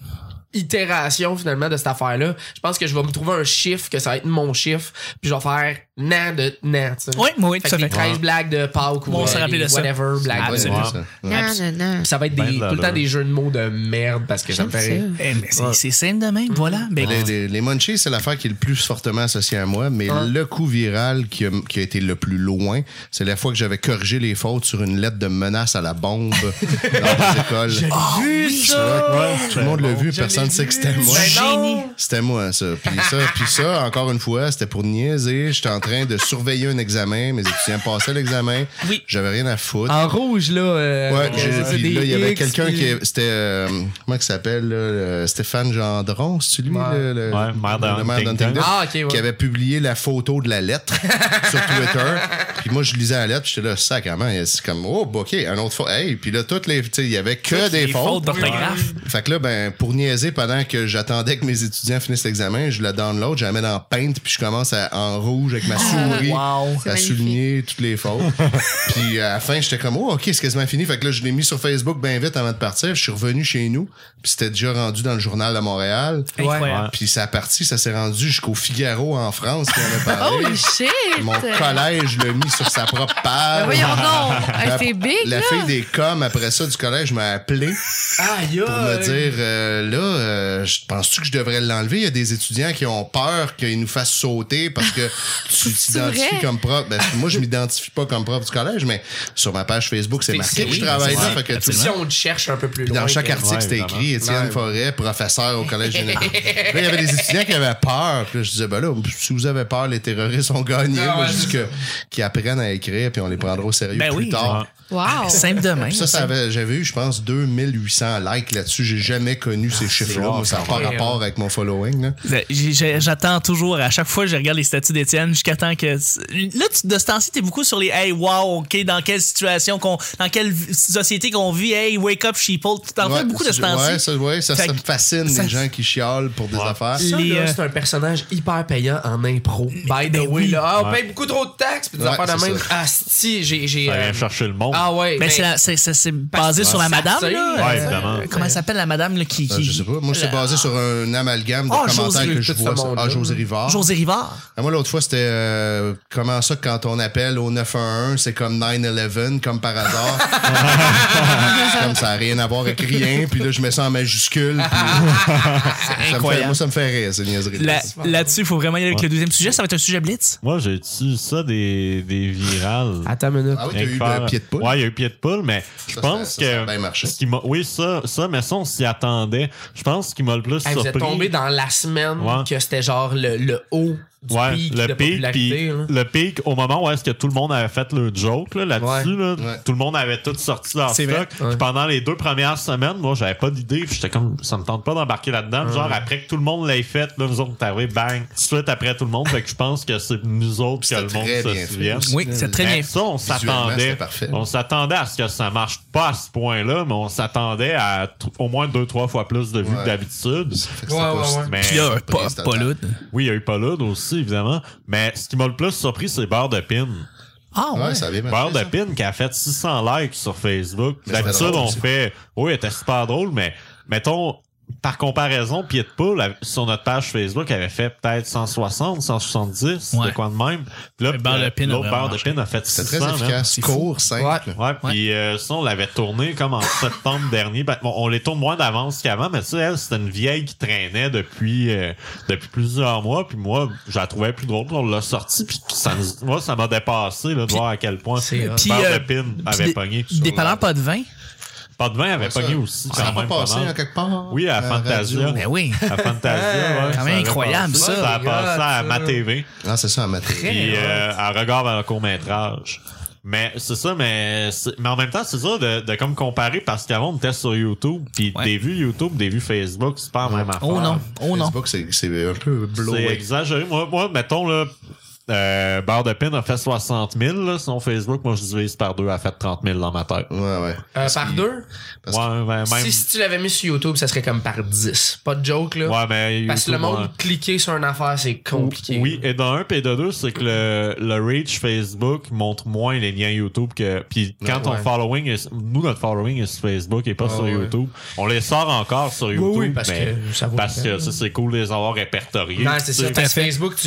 [SPEAKER 3] itération finalement de cette affaire-là, je pense que je vais me trouver un chiffre, que ça va être mon chiffre, puis je vais faire nan de nan, tu sais.
[SPEAKER 1] Oui, oui,
[SPEAKER 3] Fait
[SPEAKER 1] tout
[SPEAKER 3] que
[SPEAKER 1] à
[SPEAKER 3] les
[SPEAKER 1] fait.
[SPEAKER 3] 13 blagues de Pâques
[SPEAKER 1] Bon, on
[SPEAKER 3] ou
[SPEAKER 1] s'est
[SPEAKER 3] euh,
[SPEAKER 1] rappelé
[SPEAKER 3] les
[SPEAKER 1] de ça.
[SPEAKER 3] whatever blagues.
[SPEAKER 5] Ouais,
[SPEAKER 1] Absolument.
[SPEAKER 5] ouais, ça. Ouais.
[SPEAKER 2] Non, non, non.
[SPEAKER 3] Puis Ça va être
[SPEAKER 4] Ben
[SPEAKER 3] des,
[SPEAKER 4] de la
[SPEAKER 3] tout le temps
[SPEAKER 4] leur.
[SPEAKER 3] des jeux de mots de merde parce que ça me
[SPEAKER 2] J'aime
[SPEAKER 3] fait
[SPEAKER 2] ça.
[SPEAKER 3] rire.
[SPEAKER 1] Eh, mais c'est- C'est simple de
[SPEAKER 3] Mm.
[SPEAKER 1] même, voilà. Ben,
[SPEAKER 5] Les, les- les munchies, c'est l'affaire qui est le plus fortement associée à moi, mais
[SPEAKER 1] Ah.
[SPEAKER 5] le coup viral qui a, qui a été le plus loin, c'est la fois que j'avais corrigé les fautes sur une lettre de menace à la bombe dans les écoles. Tout le monde l'a vu, personne ne sait que c'était moi.
[SPEAKER 1] Ben non.
[SPEAKER 5] C'était moi, ça. Puis ça, puis ça, encore une fois, c'était pour niaiser. J'étais en train de surveiller un examen. Mes étudiants passaient l'examen.
[SPEAKER 1] Oui.
[SPEAKER 5] J'avais rien à foutre.
[SPEAKER 3] En rouge, là. euh,
[SPEAKER 5] Ouais,
[SPEAKER 3] on
[SPEAKER 5] j'ai-
[SPEAKER 3] a
[SPEAKER 5] puis
[SPEAKER 3] des
[SPEAKER 5] là, il y avait
[SPEAKER 3] X,
[SPEAKER 5] quelqu'un
[SPEAKER 3] puis-
[SPEAKER 5] qui. est- C'était. euh, comment il s'appelle, là, euh, Stéphane Gendron, c'est lui, le, le-
[SPEAKER 4] Ouais, maire de
[SPEAKER 5] le
[SPEAKER 4] Huntington.
[SPEAKER 5] d'Huntington,
[SPEAKER 3] Ah, ok, ouais.
[SPEAKER 5] Qui avait publié la photo de la lettre sur Twitter. Puis moi, je lisais la lettre, j'étais là, sacrément. et C'est comme, oh, OK, un autre faute. Hey, puis là, toutes les. Tu sais, il y avait que des
[SPEAKER 1] les
[SPEAKER 5] fautes.
[SPEAKER 1] d'orthographe.
[SPEAKER 5] Fait que là, ben, pour niaiser, pendant que j'attendais que mes étudiants finissent l'examen, je la download, je la mets dans Paint, puis je commence à, en rouge avec ma souris
[SPEAKER 1] Wow.
[SPEAKER 5] à
[SPEAKER 2] Ah, magnifique.
[SPEAKER 5] souligner toutes les fautes. puis à la fin, j'étais comme, oh, OK, c'est quasiment fini. Fait que là, je l'ai mis sur Facebook bien vite avant de partir. Je suis revenu chez nous, puis c'était déjà rendu dans le journal de Montréal.
[SPEAKER 1] Incroyable.
[SPEAKER 5] Puis ça a parti, ça s'est rendu jusqu'au Figaro en France qui en a parlé.
[SPEAKER 2] Holy shit!
[SPEAKER 5] Mon collège l'a mis sur sa propre page.
[SPEAKER 2] Ben voyons donc! Hey,
[SPEAKER 5] La-
[SPEAKER 2] c'est big,
[SPEAKER 5] La
[SPEAKER 2] là!
[SPEAKER 5] fille des coms, après ça, du collège, m'a appelé
[SPEAKER 3] Aïe,
[SPEAKER 5] pour me dire euh, là, euh, je pense-tu que je devrais l'enlever Il y a des étudiants qui ont peur qu'ils nous fassent sauter parce que tu t'identifies
[SPEAKER 2] vrai?
[SPEAKER 5] comme prof. Ben, moi, je m'identifie pas comme prof du collège, mais sur ma page Facebook, c'est
[SPEAKER 3] C'est-
[SPEAKER 5] marqué
[SPEAKER 3] c'est-
[SPEAKER 5] que je
[SPEAKER 3] oui,
[SPEAKER 5] travaille
[SPEAKER 1] c'est vrai,
[SPEAKER 5] là. Fait que tout le
[SPEAKER 1] absolument.
[SPEAKER 5] monde-
[SPEAKER 3] Si on le cherche un peu plus
[SPEAKER 5] puis
[SPEAKER 3] loin.
[SPEAKER 5] dans chaque
[SPEAKER 3] que-
[SPEAKER 5] article, c'était
[SPEAKER 4] Ouais,
[SPEAKER 5] écrit Étienne
[SPEAKER 3] Ouais.
[SPEAKER 5] Forêt, professeur au Collège général. Là, il y avait des étudiants qui avaient peur. Puis là, je disais, ben là, si vous avez peur, les terroristes ont gagné.
[SPEAKER 3] Ah,
[SPEAKER 5] Moi,
[SPEAKER 3] ouais,
[SPEAKER 5] je dis
[SPEAKER 3] c'est
[SPEAKER 5] que- qu'ils apprennent à écrire, puis on les prendra au sérieux
[SPEAKER 1] Ben
[SPEAKER 5] plus
[SPEAKER 1] oui.
[SPEAKER 5] tard.
[SPEAKER 2] Wow!
[SPEAKER 1] Simple de même.
[SPEAKER 5] Puis ça, ça avait- j'avais eu, je pense, 2800 likes là-dessus. J'ai jamais connu
[SPEAKER 3] Ah,
[SPEAKER 5] ces chiffres-là.
[SPEAKER 4] wow,
[SPEAKER 5] Moi, ça n'a pas
[SPEAKER 3] ouais.
[SPEAKER 5] rapport avec mon following. là.
[SPEAKER 1] Ben, J'ai- j'ai- J'attends toujours, à chaque fois, je regarde les statuts d'Étienne jusqu'à temps que. Là, tu, de ce temps-ci, t'es beaucoup sur les Hey, wow, OK, dans quelle situation, qu'on, dans quelle v- société qu'on vit, Hey, wake up, sheeple. Tu t'en fais
[SPEAKER 5] Ouais,
[SPEAKER 1] beaucoup de ce
[SPEAKER 5] c'est-
[SPEAKER 1] temps-ci.
[SPEAKER 5] Ouais, ça, ouais, ça,
[SPEAKER 1] Fait
[SPEAKER 5] ça me
[SPEAKER 1] que-
[SPEAKER 5] fascine,
[SPEAKER 1] ça-
[SPEAKER 5] les gens qui chiolent pour des
[SPEAKER 4] Ouais.
[SPEAKER 5] affaires.
[SPEAKER 3] Ça,
[SPEAKER 1] Les,
[SPEAKER 3] là,
[SPEAKER 1] euh,
[SPEAKER 3] c'est un personnage hyper payant en impro. By the
[SPEAKER 1] ben
[SPEAKER 3] way,
[SPEAKER 1] oui.
[SPEAKER 3] là, Ah, on
[SPEAKER 4] Ouais.
[SPEAKER 3] paye beaucoup trop de taxes puis des
[SPEAKER 5] Ouais,
[SPEAKER 3] affaires de
[SPEAKER 5] c'est
[SPEAKER 3] même.
[SPEAKER 5] ça.
[SPEAKER 3] Ah, si, j'ai. j'ai,
[SPEAKER 4] Ça
[SPEAKER 3] euh,
[SPEAKER 4] vient chercher le monde.
[SPEAKER 3] Ah ouais.
[SPEAKER 1] Ben,
[SPEAKER 3] ben,
[SPEAKER 1] c'est, la- c'est, c'est- c'est basé
[SPEAKER 3] parce-
[SPEAKER 1] sur la
[SPEAKER 3] ça
[SPEAKER 1] madame,
[SPEAKER 3] tire,
[SPEAKER 1] là.
[SPEAKER 4] Ouais,
[SPEAKER 1] Euh,
[SPEAKER 4] évidemment.
[SPEAKER 1] comment elle s'appelle, la madame, là, qui.
[SPEAKER 5] Euh,
[SPEAKER 1] qui-
[SPEAKER 5] je sais pas. Moi, c'est
[SPEAKER 1] la-
[SPEAKER 5] basé sur un amalgame de
[SPEAKER 1] Ah,
[SPEAKER 5] commentaires
[SPEAKER 1] José,
[SPEAKER 5] que je
[SPEAKER 3] tout ce
[SPEAKER 5] vois. sur-
[SPEAKER 3] monde-là.
[SPEAKER 5] Ah, José Rivard.
[SPEAKER 1] José Rivard.
[SPEAKER 5] Ah, Moi, l'autre fois, c'était euh, comment ça que quand on appelle au 911, c'est comme 9-11, comme par hasard. C'est comme ça n'a rien à voir avec rien. Puis là, je mets ça en majuscule. puis ça me fait, moi,
[SPEAKER 1] Incroyable.
[SPEAKER 5] ça me fait rire, ces niaiseries
[SPEAKER 1] Là, là-dessus, il faut vraiment y aller avec le deuxième sujet. Ça va être un sujet blitz.
[SPEAKER 4] Moi, j'ai tu ça des, des virales.
[SPEAKER 3] Attends une minute.
[SPEAKER 5] Ah oui, t'as eu
[SPEAKER 4] Faire-
[SPEAKER 5] le pied de poule.
[SPEAKER 4] Ouais, il y a eu pied de poule, mais je
[SPEAKER 5] ça,
[SPEAKER 4] pense
[SPEAKER 5] ça, ça a
[SPEAKER 4] que.
[SPEAKER 5] bien marché.
[SPEAKER 4] ce qui m'a- oui, ça, ça, mais ça, on s'y attendait. Je pense qu'il m'a le plus
[SPEAKER 3] Hey, vous
[SPEAKER 4] surpris.
[SPEAKER 3] êtes tombé dans la semaine
[SPEAKER 4] Ouais.
[SPEAKER 3] que c'était genre le, le haut du
[SPEAKER 4] Ouais,
[SPEAKER 3] pic
[SPEAKER 4] le
[SPEAKER 3] de
[SPEAKER 4] pic,
[SPEAKER 3] popularité.
[SPEAKER 4] puis
[SPEAKER 3] là.
[SPEAKER 4] le pic au moment où est-ce que tout le monde avait fait le joke là, là-dessus, là,
[SPEAKER 5] ouais.
[SPEAKER 4] tout le monde avait tout sorti leur
[SPEAKER 3] C'est
[SPEAKER 4] stock.
[SPEAKER 3] vrai, ouais.
[SPEAKER 4] Puis Pendant les deux premières semaines, moi, j'avais pas d'idée. puis J'étais comme, ça me tente pas d'embarquer là-dedans. Puis Genre, après que tout le monde l'ait fait, là, nous autres, t'as arrivé, bang, tout de suite après tout le monde. Fait que je pense que c'est nous autres que
[SPEAKER 5] C'était
[SPEAKER 4] le monde
[SPEAKER 5] très bien
[SPEAKER 4] se
[SPEAKER 5] fait.
[SPEAKER 4] souvient.
[SPEAKER 1] Oui, c'est très
[SPEAKER 4] Euh, Mais
[SPEAKER 1] bien.
[SPEAKER 4] ça, on
[SPEAKER 5] Visuellement, c'était
[SPEAKER 4] s'attendait.
[SPEAKER 5] parfait.
[SPEAKER 4] On s'attendait à ce que ça marche pas à ce point-là, mais on s'attendait à t- au moins deux, trois fois plus de vues
[SPEAKER 5] Ouais.
[SPEAKER 4] que d'habitude.
[SPEAKER 5] Fait que
[SPEAKER 3] Ouais,
[SPEAKER 5] c'était
[SPEAKER 3] ouais,
[SPEAKER 5] pas-
[SPEAKER 3] ouais.
[SPEAKER 4] Mais-
[SPEAKER 1] Puis là, pas,
[SPEAKER 5] surprise totale.
[SPEAKER 1] pas là.
[SPEAKER 4] Oui, il y a eu Pollard aussi, évidemment. Mais ce qui m'a le plus surpris, c'est Barre de Pin.
[SPEAKER 1] Ah, ouais.
[SPEAKER 5] Ouais, ça a bien marché,
[SPEAKER 4] Barre de
[SPEAKER 5] ça.
[SPEAKER 4] Pin qui a fait 600 likes sur Facebook.
[SPEAKER 5] Mais c'était
[SPEAKER 4] D'habitude,
[SPEAKER 5] drôle
[SPEAKER 4] on
[SPEAKER 5] aussi.
[SPEAKER 4] fait... Oui, elle était super drôle, mais mettons... Par comparaison, Pied de Poule, av- sur notre page Facebook, avait fait peut-être 160, 170,
[SPEAKER 1] Ouais.
[SPEAKER 4] de quoi de même. Puis Là,
[SPEAKER 1] Mais Barre de Pin a
[SPEAKER 4] l'autre
[SPEAKER 1] vraiment
[SPEAKER 4] Barre de
[SPEAKER 1] marché.
[SPEAKER 4] Pin a fait 600.
[SPEAKER 5] C'était très
[SPEAKER 4] man.
[SPEAKER 5] efficace, court, simple.
[SPEAKER 4] Ouais, puis euh, ça, on l'avait tourné comme en septembre dernier. Ben, bon, on les tourne moins d'avance qu'avant, mais ça, elle, c'était une vieille qui traînait depuis, euh, depuis plusieurs mois. Puis moi, je la trouvais plus drôle. puis On l'a sortie, puis ça, nous- moi, ça m'a dépassé là, de voir à quel point
[SPEAKER 3] C'est-
[SPEAKER 4] Barbe
[SPEAKER 1] Puis, euh,
[SPEAKER 4] de Pin avait
[SPEAKER 1] des-
[SPEAKER 4] pogné.
[SPEAKER 1] Dépendant pas de vin.
[SPEAKER 4] Pas de vin avait
[SPEAKER 5] Ouais, ça-
[SPEAKER 4] pogné aussi.
[SPEAKER 5] Ça
[SPEAKER 4] quand
[SPEAKER 5] n'a pas
[SPEAKER 4] même,
[SPEAKER 5] passé
[SPEAKER 4] mal.
[SPEAKER 5] en quelque part.
[SPEAKER 4] Oui, à
[SPEAKER 5] la
[SPEAKER 4] Fantasia.
[SPEAKER 5] radio.
[SPEAKER 1] Ben oui. Ah,
[SPEAKER 4] À Fantasia, ouais,
[SPEAKER 1] Quand
[SPEAKER 4] ça
[SPEAKER 1] même
[SPEAKER 4] avait
[SPEAKER 1] incroyable,
[SPEAKER 4] passé.
[SPEAKER 1] ça.
[SPEAKER 4] Ça a passé à
[SPEAKER 3] Regarde,
[SPEAKER 4] ma
[SPEAKER 3] ça.
[SPEAKER 4] TV.
[SPEAKER 5] Non, c'est ça, en matériel.
[SPEAKER 4] Puis
[SPEAKER 3] Ouais.
[SPEAKER 4] euh, à regard vers le court-métrage. Mais c'est ça, mais, c'est- mais en même temps, c'est ça de, de comme comparer parce qu'avant, on était sur YouTube, puis
[SPEAKER 1] Ouais.
[SPEAKER 4] des vues YouTube, des vues Facebook, c'est pas la même affaire.
[SPEAKER 1] Oh non. Oh non.
[SPEAKER 5] Facebook, c'est c'est un peu
[SPEAKER 4] C'est
[SPEAKER 5] blowé.
[SPEAKER 4] exagéré. Moi, moi, mettons, là, euh, Barre de Pin a fait 60 000, là, sinon Facebook, moi, je divise par deux, elle a fait 30 000 dans ma tête. Ouais,
[SPEAKER 5] Ouais, ouais.
[SPEAKER 3] Euh,
[SPEAKER 5] Parce
[SPEAKER 3] par
[SPEAKER 5] qu'il-
[SPEAKER 3] deux,
[SPEAKER 5] Parce
[SPEAKER 4] ben, même.
[SPEAKER 3] si, si tu l'avais mis sur YouTube, ça serait comme par 10. Pas de joke, là.
[SPEAKER 4] Ouais, mais
[SPEAKER 3] Parce que le
[SPEAKER 4] YouTube,
[SPEAKER 3] monde,
[SPEAKER 4] ouais.
[SPEAKER 3] cliquer sur une affaire, c'est compliqué.
[SPEAKER 4] Oui, et d'un, puis de deux, c'est que le, le reach Facebook montre moins les liens YouTube que. Puis quand ton
[SPEAKER 3] Ouais. Ah
[SPEAKER 4] following est. Nous, notre following est sur Facebook et pas sur
[SPEAKER 3] ouais.
[SPEAKER 4] YouTube. On les sort encore sur YouTube.
[SPEAKER 3] oui, parce
[SPEAKER 4] mais-
[SPEAKER 3] que ça vaut
[SPEAKER 4] Parce
[SPEAKER 3] la
[SPEAKER 4] que
[SPEAKER 3] peine.
[SPEAKER 4] ça, c'est cool de les avoir répertoriés.
[SPEAKER 3] Non, c'est ça.
[SPEAKER 4] Tu sais,
[SPEAKER 3] Parce que Facebook, tu,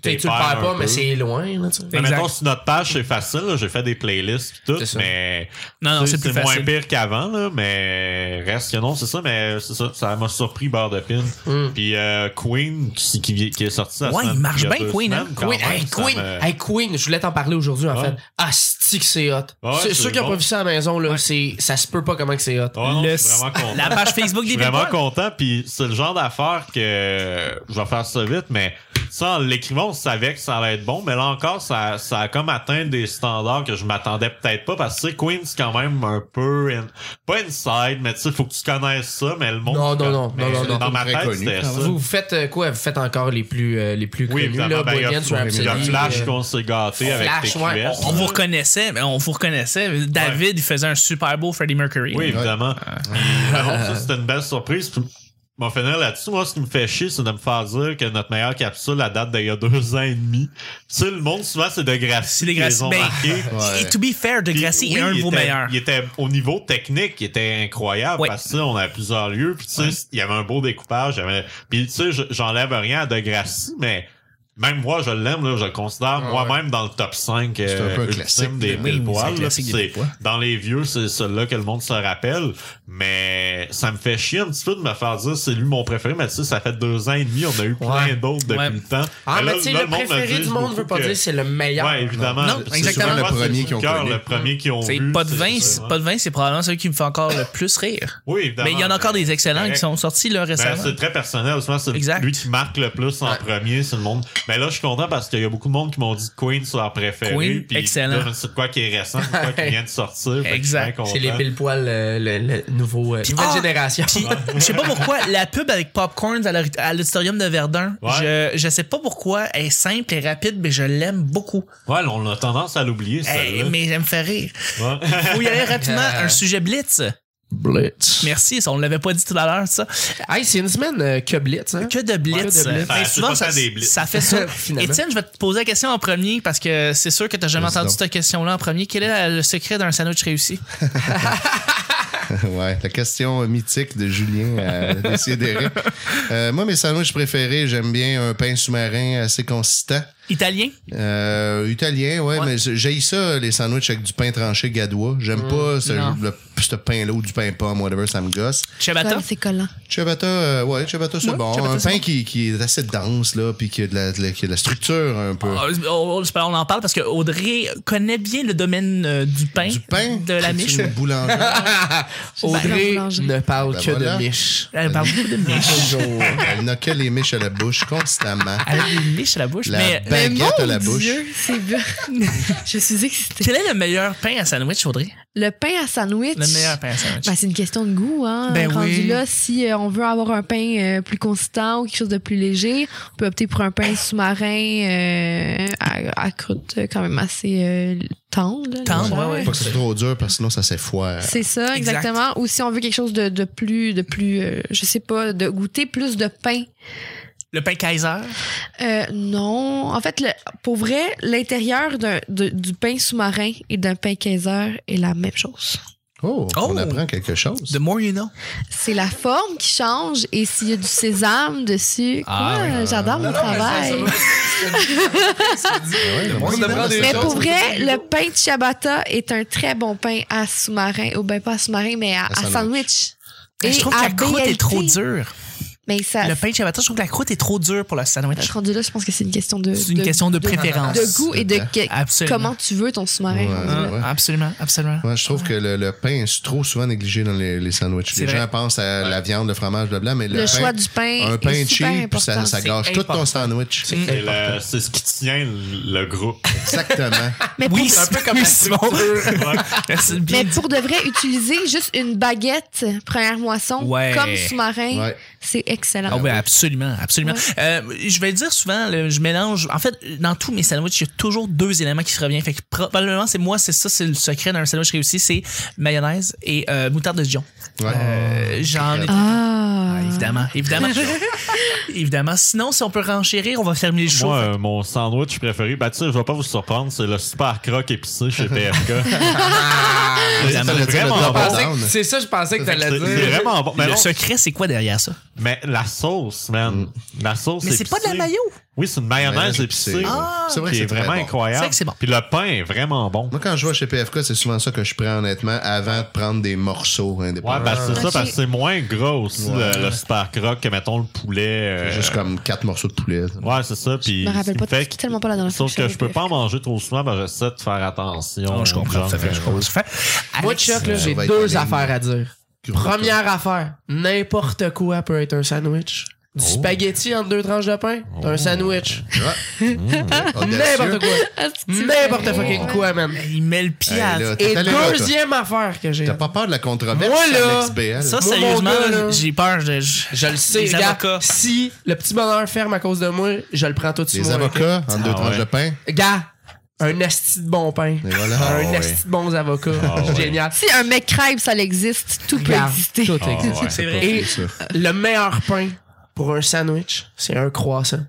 [SPEAKER 3] tu, sais, tu le
[SPEAKER 4] perds
[SPEAKER 3] perds
[SPEAKER 4] un
[SPEAKER 3] pas,
[SPEAKER 4] peu.
[SPEAKER 3] mais c'est loin. Là, tu sais.
[SPEAKER 4] mais
[SPEAKER 1] Exact.
[SPEAKER 4] mettons, sur notre page, c'est facile. là, J'ai fait des playlists pis tout,
[SPEAKER 3] C'est ça.
[SPEAKER 4] mais
[SPEAKER 1] Non, non,
[SPEAKER 4] tu sais,
[SPEAKER 1] c'est plus
[SPEAKER 4] moins
[SPEAKER 1] facile.
[SPEAKER 4] pire qu'avant, là, mais reste que non, c'est ça, mais c'est ça, ça m'a surpris Barre de Pin.
[SPEAKER 3] Hmm.
[SPEAKER 4] Puis euh, Queen, qui, qui, qui est sorti la
[SPEAKER 1] Ouais,
[SPEAKER 4] semaine-
[SPEAKER 1] il marche
[SPEAKER 4] y a
[SPEAKER 1] bien,
[SPEAKER 4] deux
[SPEAKER 1] Queen, hein.
[SPEAKER 4] semaines, quand
[SPEAKER 3] Queen,
[SPEAKER 4] même,
[SPEAKER 3] hey,
[SPEAKER 4] ça
[SPEAKER 3] Queen,
[SPEAKER 4] me-
[SPEAKER 3] hey, Queen, je voulais t'en parler aujourd'hui, en
[SPEAKER 4] Ouais.
[SPEAKER 3] fait. Asti que c'est hot.
[SPEAKER 4] Ouais,
[SPEAKER 3] c'est
[SPEAKER 4] c'est
[SPEAKER 3] sûr qu'il
[SPEAKER 4] bon.
[SPEAKER 3] pas vu ça à la maison, là. c'est Ça se peut pas comment que c'est hot.
[SPEAKER 4] Oh, non,
[SPEAKER 1] Le-
[SPEAKER 4] je suis vraiment content.
[SPEAKER 1] La page Facebook
[SPEAKER 4] Je
[SPEAKER 1] des
[SPEAKER 4] suis vraiment
[SPEAKER 1] Big Boys.
[SPEAKER 4] content, puis c'est le genre d'affaire que je vais faire ça vite, mais ça, en l'écrivant, on savait que ça allait être bon, mais là encore, ça, ça a comme atteint des standards que je m'attendais peut-être pas, parce que tu sais, Queen, c'est quand même un peu, in- pas inside, mais tu sais, faut que tu connaisses ça, mais le monde.
[SPEAKER 3] Non, non, non,
[SPEAKER 4] mais
[SPEAKER 3] non, non, non,
[SPEAKER 4] Dans ma
[SPEAKER 5] très
[SPEAKER 4] tête,
[SPEAKER 5] connu,
[SPEAKER 4] c'était
[SPEAKER 5] quand
[SPEAKER 4] ça.
[SPEAKER 5] même.
[SPEAKER 3] Vous faites euh, quoi? Vous faites encore les plus, euh, les plus
[SPEAKER 4] Oui,
[SPEAKER 3] connus, là.
[SPEAKER 4] évidemment, ben, il y a
[SPEAKER 3] Bohemian sur
[SPEAKER 4] il y a
[SPEAKER 3] Rhapsody,
[SPEAKER 4] Flash
[SPEAKER 3] euh,
[SPEAKER 4] qu'on s'est gâté avec
[SPEAKER 3] Flash,
[SPEAKER 4] TQS.
[SPEAKER 3] ouais.
[SPEAKER 4] là.
[SPEAKER 1] On vous reconnaissait, mais on vous reconnaissait. David, il faisait un super beau Freddie Mercury.
[SPEAKER 4] Oui, évidemment. Puis, vraiment, ça, c'était une belle surprise. Puis, m'en finir là-dessus, moi, ce qui me fait chier, c'est de me faire dire que notre meilleure capsule, la date d'il y a deux ans et demi. Tu sais, le monde, souvent, c'est de Gracie
[SPEAKER 1] C'est de
[SPEAKER 4] qui les
[SPEAKER 1] Gracie.
[SPEAKER 4] ont
[SPEAKER 1] Ben,
[SPEAKER 4] marqués.
[SPEAKER 5] Ouais.
[SPEAKER 1] Et to be fair, De
[SPEAKER 4] Puis,
[SPEAKER 1] Gracie
[SPEAKER 4] oui,
[SPEAKER 1] est un de
[SPEAKER 4] il
[SPEAKER 1] vos
[SPEAKER 4] était-
[SPEAKER 1] meilleurs.
[SPEAKER 4] Il était au niveau technique, il était incroyable
[SPEAKER 1] Ouais.
[SPEAKER 4] parce que tu sais, on a plusieurs lieux, puis tu sais, il y avait un beau découpage. il y avait- Puis tu sais, je- j'enlève rien à Degrassi, mais Même moi, je l'aime, là, je
[SPEAKER 3] Ah
[SPEAKER 4] le considère moi-même dans le top 5
[SPEAKER 5] C'est un peu un
[SPEAKER 4] euh,
[SPEAKER 5] classique,
[SPEAKER 4] ultime des
[SPEAKER 5] mais oui,
[SPEAKER 4] mille
[SPEAKER 1] c'est un
[SPEAKER 4] poils. là.
[SPEAKER 1] classique des
[SPEAKER 4] C'est-
[SPEAKER 1] mille poils.
[SPEAKER 4] Dans les vieux, c'est celui-là que le monde se rappelle. Mais ça me fait chier un petit peu de me faire dire c'est lui mon préféré, mais tu sais, ça fait deux ans et demi, on a eu plein
[SPEAKER 3] Ouais.
[SPEAKER 4] d'autres depuis
[SPEAKER 1] Ouais.
[SPEAKER 4] le temps.
[SPEAKER 3] Ah, mais
[SPEAKER 4] là,
[SPEAKER 3] tu sais,
[SPEAKER 4] là,
[SPEAKER 3] le
[SPEAKER 4] monde me
[SPEAKER 3] préféré
[SPEAKER 4] dit
[SPEAKER 3] du monde veut
[SPEAKER 4] beaucoup
[SPEAKER 3] pas
[SPEAKER 4] que-
[SPEAKER 3] dire c'est le meilleur.
[SPEAKER 4] Ouais, évidemment.
[SPEAKER 1] Non,
[SPEAKER 4] C'est
[SPEAKER 1] exactement.
[SPEAKER 4] souvent
[SPEAKER 5] Le premier
[SPEAKER 4] c'est le
[SPEAKER 5] qu'ils ont
[SPEAKER 4] cœur,
[SPEAKER 5] connu.
[SPEAKER 4] Le premier qu'ils ont
[SPEAKER 1] C'est
[SPEAKER 4] vu.
[SPEAKER 1] pas de
[SPEAKER 4] c'est-
[SPEAKER 1] vin,
[SPEAKER 4] c'est-
[SPEAKER 1] c'est pas de vin, c'est probablement celui qui me fait encore le plus rire.
[SPEAKER 4] Oui, évidemment.
[SPEAKER 1] Mais il y en a encore des excellents
[SPEAKER 4] correct.
[SPEAKER 1] qui sont sortis là
[SPEAKER 4] Ben,
[SPEAKER 1] récemment.
[SPEAKER 4] c'est très personnel. Souvent, c'est
[SPEAKER 1] Exact.
[SPEAKER 4] lui qui marque le plus en premier, c'est le monde. Mais là, je suis content parce qu'il y a beaucoup de monde qui m'ont dit Queen c'est leur préféré.
[SPEAKER 1] Queen,
[SPEAKER 4] puis
[SPEAKER 1] excellent.
[SPEAKER 4] là, C'est de quoi qui est récent, c'est de quoi qui vient de sortir. Fait que je suis
[SPEAKER 1] Exact.
[SPEAKER 4] bien content.
[SPEAKER 3] C'est les pile poils, le, le nouveau, euh, nouvelle
[SPEAKER 1] ah,
[SPEAKER 3] génération.
[SPEAKER 1] Puis, je sais pas pourquoi, la pub avec Popcorns à l'ori- à l'auditorium de Verdun,
[SPEAKER 4] Ouais.
[SPEAKER 1] je, je sais pas pourquoi, elle est simple et rapide, mais je l'aime beaucoup.
[SPEAKER 4] Ouais, là, on a tendance à l'oublier,
[SPEAKER 1] Elle-
[SPEAKER 4] celle-là.
[SPEAKER 1] Eh, mais elle me fait rire.
[SPEAKER 4] Ouais.
[SPEAKER 1] Faut y aller rapidement, un sujet blitz.
[SPEAKER 3] Blitz.
[SPEAKER 1] Merci, ça, on l'avait pas dit tout à l'heure, ça.
[SPEAKER 3] Hey, c'est une semaine euh, que Blitz, hein?
[SPEAKER 1] Que de blitz.
[SPEAKER 3] Ouais, que de blitz.
[SPEAKER 1] Mais
[SPEAKER 4] Ça, c'est
[SPEAKER 1] souvent,
[SPEAKER 4] pas
[SPEAKER 1] ça,
[SPEAKER 4] tant des blitz.
[SPEAKER 1] ça fait ça.
[SPEAKER 3] Finalement.
[SPEAKER 1] Étienne, je vais te poser la question en premier parce que c'est sûr que t'as jamais
[SPEAKER 5] Vas-y
[SPEAKER 1] entendu
[SPEAKER 5] donc.
[SPEAKER 1] cette question-là en premier. Quel est la- le secret d'un sandwich réussi?
[SPEAKER 5] ouais, la question mythique de Julien à Décideret. Euh, moi, mes sandwichs préférés, j'aime bien un pain sous-marin assez consistant.
[SPEAKER 1] Italien?
[SPEAKER 5] Euh, italien, ouais, mais j'ai ça, les sandwichs avec du pain tranché gadois. J'aime pas ce,
[SPEAKER 1] Mm. non.
[SPEAKER 5] le- ce pain-là ou du pain pomme, whatever, ça me gosse.
[SPEAKER 1] Ciabatta?
[SPEAKER 2] C'est collant.
[SPEAKER 5] Ciabatta, euh, ouais, ciabatta, c'est
[SPEAKER 1] Ouais,
[SPEAKER 5] bon.
[SPEAKER 1] ciabatta,
[SPEAKER 5] un
[SPEAKER 1] c'est
[SPEAKER 5] pain
[SPEAKER 1] bon.
[SPEAKER 5] Qui, qui est assez dense, là, puis qui a de la, de la- qui a de la structure un peu.
[SPEAKER 1] Ah, On, on- on en parle parce que Audrey connaît bien le domaine euh, du pain,
[SPEAKER 5] du pain,
[SPEAKER 1] de la
[SPEAKER 5] c'est
[SPEAKER 1] miche.
[SPEAKER 5] une boulangère.
[SPEAKER 3] Audrey
[SPEAKER 2] Ben,
[SPEAKER 3] ne parle
[SPEAKER 5] Ben
[SPEAKER 3] que
[SPEAKER 5] voilà.
[SPEAKER 3] de miche.
[SPEAKER 1] Euh, Elle parle beaucoup de miche.
[SPEAKER 3] Toujours.
[SPEAKER 5] Elle n'a que les miches à la bouche constamment.
[SPEAKER 1] Elle a une miche à la bouche.
[SPEAKER 5] La
[SPEAKER 1] mais
[SPEAKER 5] ba- Baguette
[SPEAKER 2] Mais mon
[SPEAKER 5] à la bouche.
[SPEAKER 2] Dieu, c'est bien. Je suis excitée.
[SPEAKER 1] quel est le meilleur pain à sandwich, Audrey?
[SPEAKER 2] Le pain à sandwich.
[SPEAKER 1] Le meilleur pain à sandwich.
[SPEAKER 3] Bah,
[SPEAKER 2] Ben, c'est une question de goût, hein.
[SPEAKER 1] Ben
[SPEAKER 2] Rendu
[SPEAKER 1] oui.
[SPEAKER 2] là, si euh, on veut avoir un pain euh, plus consistant ou quelque chose de plus léger, on peut opter pour un pain sous-marin euh, à, à croûte euh, quand même assez euh, tendre. là,
[SPEAKER 1] Tendre,
[SPEAKER 2] légère.
[SPEAKER 1] ouais, ouais.
[SPEAKER 5] Faut pas que ce soit trop dur, parce que sinon, ça s'effoire.
[SPEAKER 2] C'est ça,
[SPEAKER 1] Exact.
[SPEAKER 2] exactement. Ou si on veut quelque chose de, de plus, de plus, euh, je sais pas, de goûter plus de pain.
[SPEAKER 1] Le pain Kaiser?
[SPEAKER 2] Euh, non, en fait, le, pour vrai, l'intérieur d'un- de- du pain sous-marin et d'un pain kaiser est la même chose.
[SPEAKER 5] Oh,
[SPEAKER 1] Oh!
[SPEAKER 5] on apprend quelque chose.
[SPEAKER 1] The more you know.
[SPEAKER 2] C'est la forme qui change et s'il y a du sésame dessus,
[SPEAKER 1] Ah,
[SPEAKER 2] quoi, j'adore mon travail.
[SPEAKER 5] Ah ouais, comment
[SPEAKER 3] On
[SPEAKER 5] ça
[SPEAKER 3] apprend
[SPEAKER 5] va,
[SPEAKER 3] des
[SPEAKER 5] ça?
[SPEAKER 2] Mais
[SPEAKER 3] choses.
[SPEAKER 2] pour vrai, le pain de ciabatta est un très bon pain à sous-marin, ou ben pas à sous-marin, mais à,
[SPEAKER 5] À
[SPEAKER 2] à sandwich.
[SPEAKER 1] je trouve que
[SPEAKER 2] à
[SPEAKER 1] la croûte
[SPEAKER 2] BLT.
[SPEAKER 1] est trop dure.
[SPEAKER 2] Mais
[SPEAKER 3] Ah.
[SPEAKER 2] ça, euh,
[SPEAKER 1] Le pain ciabatta, je trouve que la croûte est trop dure pour le sandwich.
[SPEAKER 2] rendu là, je pense que c'est une question de,
[SPEAKER 1] C'est une
[SPEAKER 2] de-
[SPEAKER 1] question de préférence.
[SPEAKER 2] de goût et de que-
[SPEAKER 1] Absolument.
[SPEAKER 2] comment tu veux ton sous-marin.
[SPEAKER 5] Ouais.
[SPEAKER 2] rendu là.
[SPEAKER 1] Hein? Absolument, absolument.
[SPEAKER 5] Ouais, je trouve que le, le pain est trop souvent négligé dans les, les sandwichs.
[SPEAKER 1] C'est
[SPEAKER 5] Les
[SPEAKER 1] vrai.
[SPEAKER 5] gens pensent à la viande, le fromage, blabla, mais le,
[SPEAKER 2] Le
[SPEAKER 5] pain,
[SPEAKER 2] choix du pain
[SPEAKER 5] un
[SPEAKER 2] est
[SPEAKER 5] pain
[SPEAKER 2] super
[SPEAKER 5] cheap, puis ça,
[SPEAKER 2] important.
[SPEAKER 5] ça
[SPEAKER 1] C'est
[SPEAKER 5] gâche tout
[SPEAKER 1] important.
[SPEAKER 5] ton sandwich.
[SPEAKER 4] C'est le- c'est ce qui tient le, le groupe.
[SPEAKER 5] Exactement.
[SPEAKER 2] Mais
[SPEAKER 1] Oui,
[SPEAKER 2] pour-
[SPEAKER 1] c'est un peu comme Simon. Merci bien
[SPEAKER 2] Mais
[SPEAKER 1] dit.
[SPEAKER 2] pour de vrai, utiliser juste une baguette première moisson
[SPEAKER 1] Ouais.
[SPEAKER 2] comme sous-marin,
[SPEAKER 5] Ouais.
[SPEAKER 2] c'est excellent.
[SPEAKER 1] Ah ben absolument, absolument. Euh, je vais le dire souvent, le- je mélange. En fait, dans tous mes sandwichs, il y a toujours deux éléments qui se reviennent. Fait que probablement, c'est moi, c'est ça, c'est le secret d'un sandwich réussi, c'est mayonnaise et euh, moutarde de Dijon.
[SPEAKER 5] Ouais. Oh,
[SPEAKER 1] Euh, J'en ai.
[SPEAKER 2] Ah.
[SPEAKER 1] Ah, évidemment, évidemment. évidemment. Sinon, si on peut renchérir, on va fermer le show.
[SPEAKER 4] Moi, euh, mon sandwich préféré, bah tu sais, je vais pas vous surprendre, c'est le super croc épicé chez PFK. c'est
[SPEAKER 1] Évidemment.
[SPEAKER 4] vraiment
[SPEAKER 5] Le
[SPEAKER 4] bon.
[SPEAKER 5] double
[SPEAKER 3] Pensez-
[SPEAKER 5] down.
[SPEAKER 3] C'est ça, je pensais que t'allais
[SPEAKER 4] C'est
[SPEAKER 3] dire.
[SPEAKER 4] c'est vraiment bon. Mais,
[SPEAKER 1] le
[SPEAKER 4] non,
[SPEAKER 1] secret, c'est quoi derrière ça?
[SPEAKER 4] mais la sauce, man.
[SPEAKER 1] Mm.
[SPEAKER 4] La sauce
[SPEAKER 1] Mais c'est pas de la
[SPEAKER 4] épicée.
[SPEAKER 1] mayo.
[SPEAKER 4] Oui, c'est une mayonnaise
[SPEAKER 5] Mayonnaise épicée.
[SPEAKER 4] épicée.
[SPEAKER 1] Ah!
[SPEAKER 5] C'est vrai, que
[SPEAKER 4] qui est
[SPEAKER 5] c'est très
[SPEAKER 4] vraiment
[SPEAKER 5] bon.
[SPEAKER 4] incroyable.
[SPEAKER 1] C'est vrai que c'est bon.
[SPEAKER 4] Puis le pain est vraiment bon.
[SPEAKER 5] Moi, quand je vais chez PFK, c'est souvent ça que je prends, honnêtement, avant de prendre des morceaux indépendants.
[SPEAKER 4] Ouais, ben c'est ça,
[SPEAKER 2] Ok.
[SPEAKER 4] parce que c'est moins gras aussi le, le super croc que, mettons, le poulet. euh,
[SPEAKER 5] Juste comme quatre morceaux de poulet.
[SPEAKER 4] Ouais, c'est ça. Puis,
[SPEAKER 2] Je me rappelle
[SPEAKER 4] ce
[SPEAKER 2] pas,
[SPEAKER 4] qui fait
[SPEAKER 2] je suis tellement pas là dans la
[SPEAKER 4] Sauf
[SPEAKER 2] fonction
[SPEAKER 4] que je peux
[SPEAKER 2] des
[SPEAKER 4] pas en manger trop souvent, ben j'essaie de faire attention.
[SPEAKER 1] Non, je comprends.
[SPEAKER 4] Genre, euh,
[SPEAKER 1] Ça fait, je comprends.
[SPEAKER 3] Moi,
[SPEAKER 1] Alex,
[SPEAKER 3] Chuck, là, j'ai
[SPEAKER 5] on va être en
[SPEAKER 3] deux
[SPEAKER 5] ligne.
[SPEAKER 3] affaires à dire. Première affaire, n'importe quoi peut être un sandwich.
[SPEAKER 5] Oh.
[SPEAKER 3] Du spaghetti entre deux tranches de pain, t'as un sandwich.
[SPEAKER 5] Ouais. Audacieux.
[SPEAKER 3] N'importe quoi. Ah, N'importe fucking quoi, man.
[SPEAKER 1] il met le pied
[SPEAKER 5] Hey,
[SPEAKER 1] à-
[SPEAKER 5] là,
[SPEAKER 3] Et
[SPEAKER 5] t'es allé là, toi.
[SPEAKER 3] deuxième affaire que j'ai.
[SPEAKER 5] T'as pas peur de la controverse,
[SPEAKER 3] Moi, là,
[SPEAKER 5] Alex BL?
[SPEAKER 1] Ça,
[SPEAKER 3] Moi, mon
[SPEAKER 1] sérieusement,
[SPEAKER 3] gars,
[SPEAKER 1] là,
[SPEAKER 3] là-
[SPEAKER 1] j'ai peur. Je,
[SPEAKER 3] Je le sais,
[SPEAKER 1] Les
[SPEAKER 3] gars.
[SPEAKER 1] avocats.
[SPEAKER 3] Si le petit bonheur ferme à cause de moi, je le prends tout de suite.
[SPEAKER 5] Les avocats, en deux
[SPEAKER 4] Ah,
[SPEAKER 5] tranches
[SPEAKER 4] ouais.
[SPEAKER 5] de pain.
[SPEAKER 3] Gars, un asti de bon pain.
[SPEAKER 5] Et voilà. Ah
[SPEAKER 3] un
[SPEAKER 4] ouais.
[SPEAKER 3] asti de bons avocats.
[SPEAKER 4] Ah ouais.
[SPEAKER 3] Génial.
[SPEAKER 2] Si un mec crêpe, ça l'existe, tout peut
[SPEAKER 3] Regarde,
[SPEAKER 2] exister.
[SPEAKER 3] tout
[SPEAKER 4] Ah
[SPEAKER 3] existe.
[SPEAKER 4] ouais.
[SPEAKER 1] C'est
[SPEAKER 5] C'est
[SPEAKER 1] vrai.
[SPEAKER 5] pas
[SPEAKER 3] Et-
[SPEAKER 5] fou, ça.
[SPEAKER 3] Le meilleur pain pour un sandwich, c'est un croissant.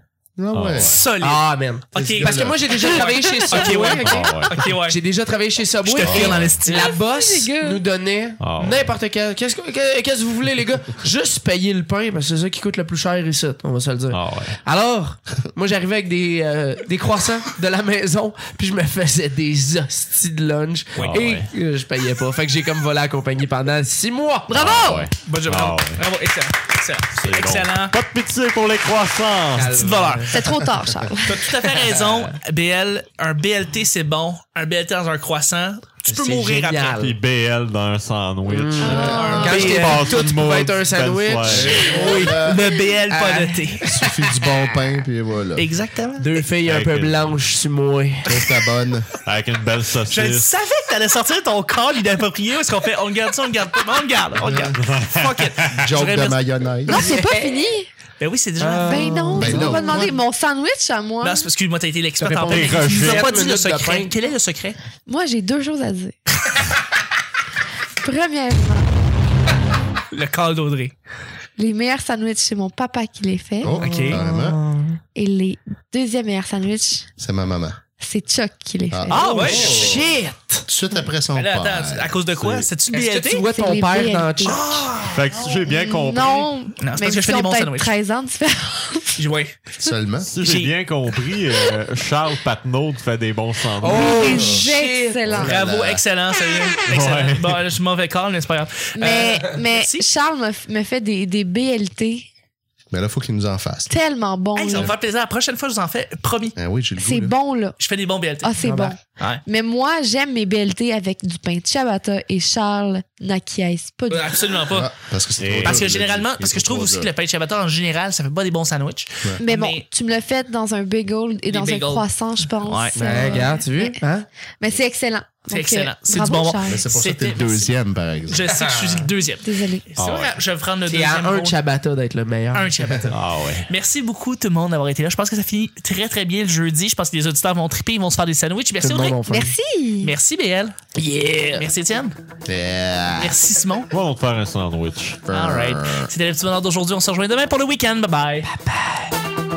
[SPEAKER 5] Ah ouais.
[SPEAKER 1] Solide.
[SPEAKER 3] Ah, man.
[SPEAKER 1] Ok.
[SPEAKER 3] Parce que moi, j'ai déjà travaillé chez Subway.
[SPEAKER 1] ouais.
[SPEAKER 3] ok?
[SPEAKER 4] Ah ouais.
[SPEAKER 1] ok, ouais.
[SPEAKER 3] J'ai déjà travaillé chez Subway.
[SPEAKER 1] Je te file
[SPEAKER 3] et
[SPEAKER 1] dans le style.
[SPEAKER 3] La
[SPEAKER 2] Merci,
[SPEAKER 3] boss
[SPEAKER 2] les gars.
[SPEAKER 3] nous donnait
[SPEAKER 4] Ah ouais.
[SPEAKER 3] n'importe quel. Qu'est-ce que qu'est-ce que vous voulez, les gars? Juste payer le pain, parce que c'est ça qui coûte le plus cher ici, on va se le dire.
[SPEAKER 4] Ah ouais.
[SPEAKER 3] Alors, moi, j'arrivais avec des, euh, des croissants de la maison, puis je me faisais des hosties de lunch.
[SPEAKER 4] Ouais.
[SPEAKER 3] Et
[SPEAKER 4] Ah
[SPEAKER 3] euh, je payais pas. Fait que j'ai comme volé à la compagnie pendant six mois.
[SPEAKER 4] Ah
[SPEAKER 2] Bravo!
[SPEAKER 4] ouais.
[SPEAKER 1] Bonne journée.
[SPEAKER 4] Ah ouais.
[SPEAKER 1] Bravo, excellent. Excellent.
[SPEAKER 4] C'est bon.
[SPEAKER 1] Oh! excellent.
[SPEAKER 4] Pas de pitié pour les croissants.
[SPEAKER 1] Petite valeur.
[SPEAKER 2] C'est trop tard, Charles.
[SPEAKER 1] T'as tout à fait raison. BL, un BLT, c'est bon. Un BLT dans un croissant, tu peux
[SPEAKER 3] C'est
[SPEAKER 1] mourir
[SPEAKER 3] génial. Ah.
[SPEAKER 1] après.
[SPEAKER 4] Puis BL dans un sandwich.
[SPEAKER 1] Un
[SPEAKER 3] Quand j'étais
[SPEAKER 1] BL.
[SPEAKER 4] Passe
[SPEAKER 3] tout
[SPEAKER 4] une
[SPEAKER 3] pouvait être un
[SPEAKER 4] maudite
[SPEAKER 3] sandwich.
[SPEAKER 4] belle soirée.
[SPEAKER 5] Oui.
[SPEAKER 1] Le BL pas
[SPEAKER 3] Ah.
[SPEAKER 1] de thé.
[SPEAKER 5] Euh, Suffit du bon pain, puis voilà.
[SPEAKER 1] Exactement.
[SPEAKER 3] Deux filles un
[SPEAKER 4] Avec
[SPEAKER 3] peu
[SPEAKER 4] une-
[SPEAKER 3] blanches sur moi.
[SPEAKER 5] Trouve ta bonne.
[SPEAKER 4] Avec une belle
[SPEAKER 1] Je le
[SPEAKER 4] saucisse.
[SPEAKER 1] savais que t'allais sortir ton corps inapproprié. Est-ce qu'on fait on le garde ça, on le garde pas? Mais on le garde, on le garde. Fuck it.
[SPEAKER 5] Joke
[SPEAKER 1] J'aurais
[SPEAKER 5] de
[SPEAKER 1] mis-
[SPEAKER 5] mayonnaise.
[SPEAKER 2] Non, c'est pas fini.
[SPEAKER 1] Ben oui, c'est déjà.
[SPEAKER 3] Ah. Euh,
[SPEAKER 2] Ben non,
[SPEAKER 5] Ben
[SPEAKER 2] tu m'as
[SPEAKER 5] non.
[SPEAKER 2] pas demandé mon sandwich à moi.
[SPEAKER 3] Ben,
[SPEAKER 1] Non, c'est parce que moi, t'as été l'expert
[SPEAKER 3] Ça fait
[SPEAKER 1] en
[SPEAKER 3] pas
[SPEAKER 1] pain.
[SPEAKER 4] des
[SPEAKER 1] Tu nous as
[SPEAKER 4] rejettes,
[SPEAKER 1] pas dit le
[SPEAKER 3] minutes de
[SPEAKER 1] secret.
[SPEAKER 3] pain.
[SPEAKER 1] Quel est le secret?
[SPEAKER 2] Moi, j'ai deux choses à dire. Premièrement,
[SPEAKER 1] Le col d'Audrey.
[SPEAKER 2] les meilleurs sandwichs, c'est mon papa qui les fait.
[SPEAKER 5] Oh,
[SPEAKER 1] Ok.
[SPEAKER 5] carrément.
[SPEAKER 2] Et les deuxièmes meilleurs sandwichs,
[SPEAKER 5] C'est ma maman.
[SPEAKER 2] c'est Chuck qui les fait.
[SPEAKER 5] Ah.
[SPEAKER 1] Ah ouais?
[SPEAKER 3] Shit!
[SPEAKER 5] Tout de suite après son
[SPEAKER 1] Ben là,
[SPEAKER 5] père.
[SPEAKER 1] attends, à cause de quoi? C'est-tu le
[SPEAKER 3] Est-ce que
[SPEAKER 1] BLT?
[SPEAKER 3] tu vois
[SPEAKER 2] C'est
[SPEAKER 3] ton
[SPEAKER 2] les
[SPEAKER 3] père
[SPEAKER 2] BLT.
[SPEAKER 3] dans Chuck?
[SPEAKER 4] Fait que si j'ai bien compris.
[SPEAKER 2] Mm, Non, mais
[SPEAKER 1] parce
[SPEAKER 2] même
[SPEAKER 1] que je
[SPEAKER 2] si
[SPEAKER 1] fais des
[SPEAKER 2] on
[SPEAKER 1] bons
[SPEAKER 2] peut être
[SPEAKER 1] sandwichs.
[SPEAKER 2] 13 ans, tu fais...
[SPEAKER 1] Ouais.
[SPEAKER 5] Seulement.
[SPEAKER 4] Si
[SPEAKER 1] J'ai-
[SPEAKER 4] j'ai bien compris, euh, Charles Patnaud fait des bons sandwichs.
[SPEAKER 3] Oh,
[SPEAKER 2] C'est excellent.
[SPEAKER 1] Bravo, excellent, sérieux. Excellent.
[SPEAKER 4] Ouais.
[SPEAKER 1] Bon, là, je suis mauvais call, mais c'est pas grave. Euh,
[SPEAKER 2] Mais, mais
[SPEAKER 1] si.
[SPEAKER 2] Charles me, f- me fait des, des BLT
[SPEAKER 5] Mais là, faut qu'il nous en fasse.
[SPEAKER 2] tellement bons.
[SPEAKER 1] Hey, ça
[SPEAKER 2] là.
[SPEAKER 1] va me faire plaisir. La prochaine fois, je vous en fais. Promis.
[SPEAKER 5] Ah oui, j'ai le goût.
[SPEAKER 2] C'est
[SPEAKER 5] là.
[SPEAKER 2] bon, là.
[SPEAKER 1] Je fais des bons BLT.
[SPEAKER 2] Ah, c'est
[SPEAKER 3] Ah
[SPEAKER 2] bon.
[SPEAKER 3] ben.
[SPEAKER 1] Ouais.
[SPEAKER 2] Mais moi, j'aime mes BLT avec du pain de ciabatta et Charles n'acquiesce pas du
[SPEAKER 1] Euh, Absolument pas.
[SPEAKER 5] Ah, parce que c'est
[SPEAKER 4] Et-
[SPEAKER 5] trop
[SPEAKER 1] Parce
[SPEAKER 5] dur,
[SPEAKER 1] que
[SPEAKER 5] là,
[SPEAKER 1] généralement,
[SPEAKER 5] c'est-
[SPEAKER 1] parce
[SPEAKER 5] c'est
[SPEAKER 1] que je trouve
[SPEAKER 5] trop
[SPEAKER 1] aussi
[SPEAKER 5] dur.
[SPEAKER 1] que le pain de ciabatta en général, ça fait pas des bons sandwichs.
[SPEAKER 2] Mais bon,
[SPEAKER 1] Mais-
[SPEAKER 2] tu me l'as fait dans un bagel
[SPEAKER 1] Des
[SPEAKER 2] et dans un
[SPEAKER 1] bagels.
[SPEAKER 2] croissant, je pense.
[SPEAKER 1] Ouais.
[SPEAKER 2] Euh,
[SPEAKER 3] Ben, regarde, tu veux? Hein?
[SPEAKER 2] Mais c'est excellent.
[SPEAKER 1] C'est
[SPEAKER 2] Donc,
[SPEAKER 1] excellent.
[SPEAKER 2] euh,
[SPEAKER 1] C'est
[SPEAKER 2] bravo,
[SPEAKER 1] du bonbon.
[SPEAKER 2] Charles.
[SPEAKER 5] Mais c'est pour ça que t'es le
[SPEAKER 1] C'était-
[SPEAKER 5] deuxième, par exemple.
[SPEAKER 1] Je sais que je suis le deuxième.
[SPEAKER 2] Désolée.
[SPEAKER 1] C'est vrai, je vais prendre le
[SPEAKER 3] T'es
[SPEAKER 1] deuxième.
[SPEAKER 3] à un
[SPEAKER 1] rôle.
[SPEAKER 3] ciabatta d'être le meilleur.
[SPEAKER 1] Un ciabatta.
[SPEAKER 4] Ah ouais.
[SPEAKER 1] Merci beaucoup tout le monde d'avoir été là. Je pense que ça finit très très bien le jeudi. Je pense que les auditeurs vont triper, ils vont se faire des sandwichs.
[SPEAKER 3] Tout
[SPEAKER 1] Merci
[SPEAKER 3] le monde
[SPEAKER 1] Audrey.
[SPEAKER 3] en fait.
[SPEAKER 2] Merci.
[SPEAKER 1] Merci BL. Yeah. Merci Étienne.
[SPEAKER 5] Yeah.
[SPEAKER 1] Merci Simon.
[SPEAKER 4] Moi, on va te faire un sandwich.
[SPEAKER 1] All right. C'était le petit bonheur d'aujourd'hui. On se rejoint demain pour le week-end. Bye bye.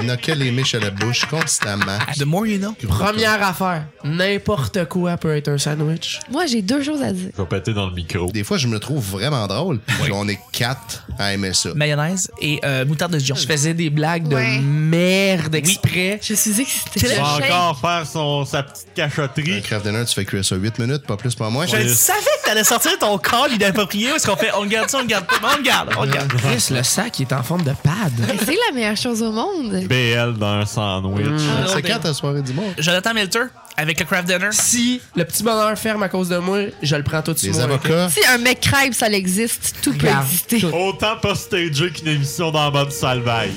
[SPEAKER 5] Elle n'a que les miches à la bouche constamment.
[SPEAKER 1] The more you know.
[SPEAKER 3] Première affaire, n'importe quoi peut être un sandwich.
[SPEAKER 2] Moi, j'ai deux choses à dire.
[SPEAKER 4] Je vais péter dans le micro.
[SPEAKER 5] Des fois, je me trouve vraiment drôle. Puis on est quatre à aimer ça.
[SPEAKER 1] Mayonnaise et euh, moutarde de Dijon.
[SPEAKER 3] Je faisais des blagues de
[SPEAKER 2] Ouais.
[SPEAKER 3] merde exprès.
[SPEAKER 2] Je suis excitée.
[SPEAKER 1] Quel-
[SPEAKER 4] Il va
[SPEAKER 1] Le chef.
[SPEAKER 4] encore faire son, sa petite
[SPEAKER 5] Un
[SPEAKER 4] cachotterie.
[SPEAKER 5] craft dinner, tu fais cuire ça 8 minutes, pas plus, pas moins.
[SPEAKER 1] Je le savais que t'allais sortir ton corps inapproprié. Est-ce qu'on fait on le garde ça, on le garde pas, mais on le garde, on le garde.
[SPEAKER 3] Chris, le sac il est en forme de pad.
[SPEAKER 2] C'est la meilleure chose au monde.
[SPEAKER 4] BL dans un sandwich.
[SPEAKER 5] C'est quand ta soirée du monde?
[SPEAKER 1] Jonathan Milter avec le craft dinner.
[SPEAKER 3] Si le petit bonheur ferme à cause de moi, je le prends tout de suite.
[SPEAKER 5] Les avocats.
[SPEAKER 2] Si un mec crêpe, ça existe, tout peut
[SPEAKER 3] Regarde,
[SPEAKER 2] exister.
[SPEAKER 3] tout.
[SPEAKER 4] Autant pas stagé qu'une émission dans Bob Salvaille.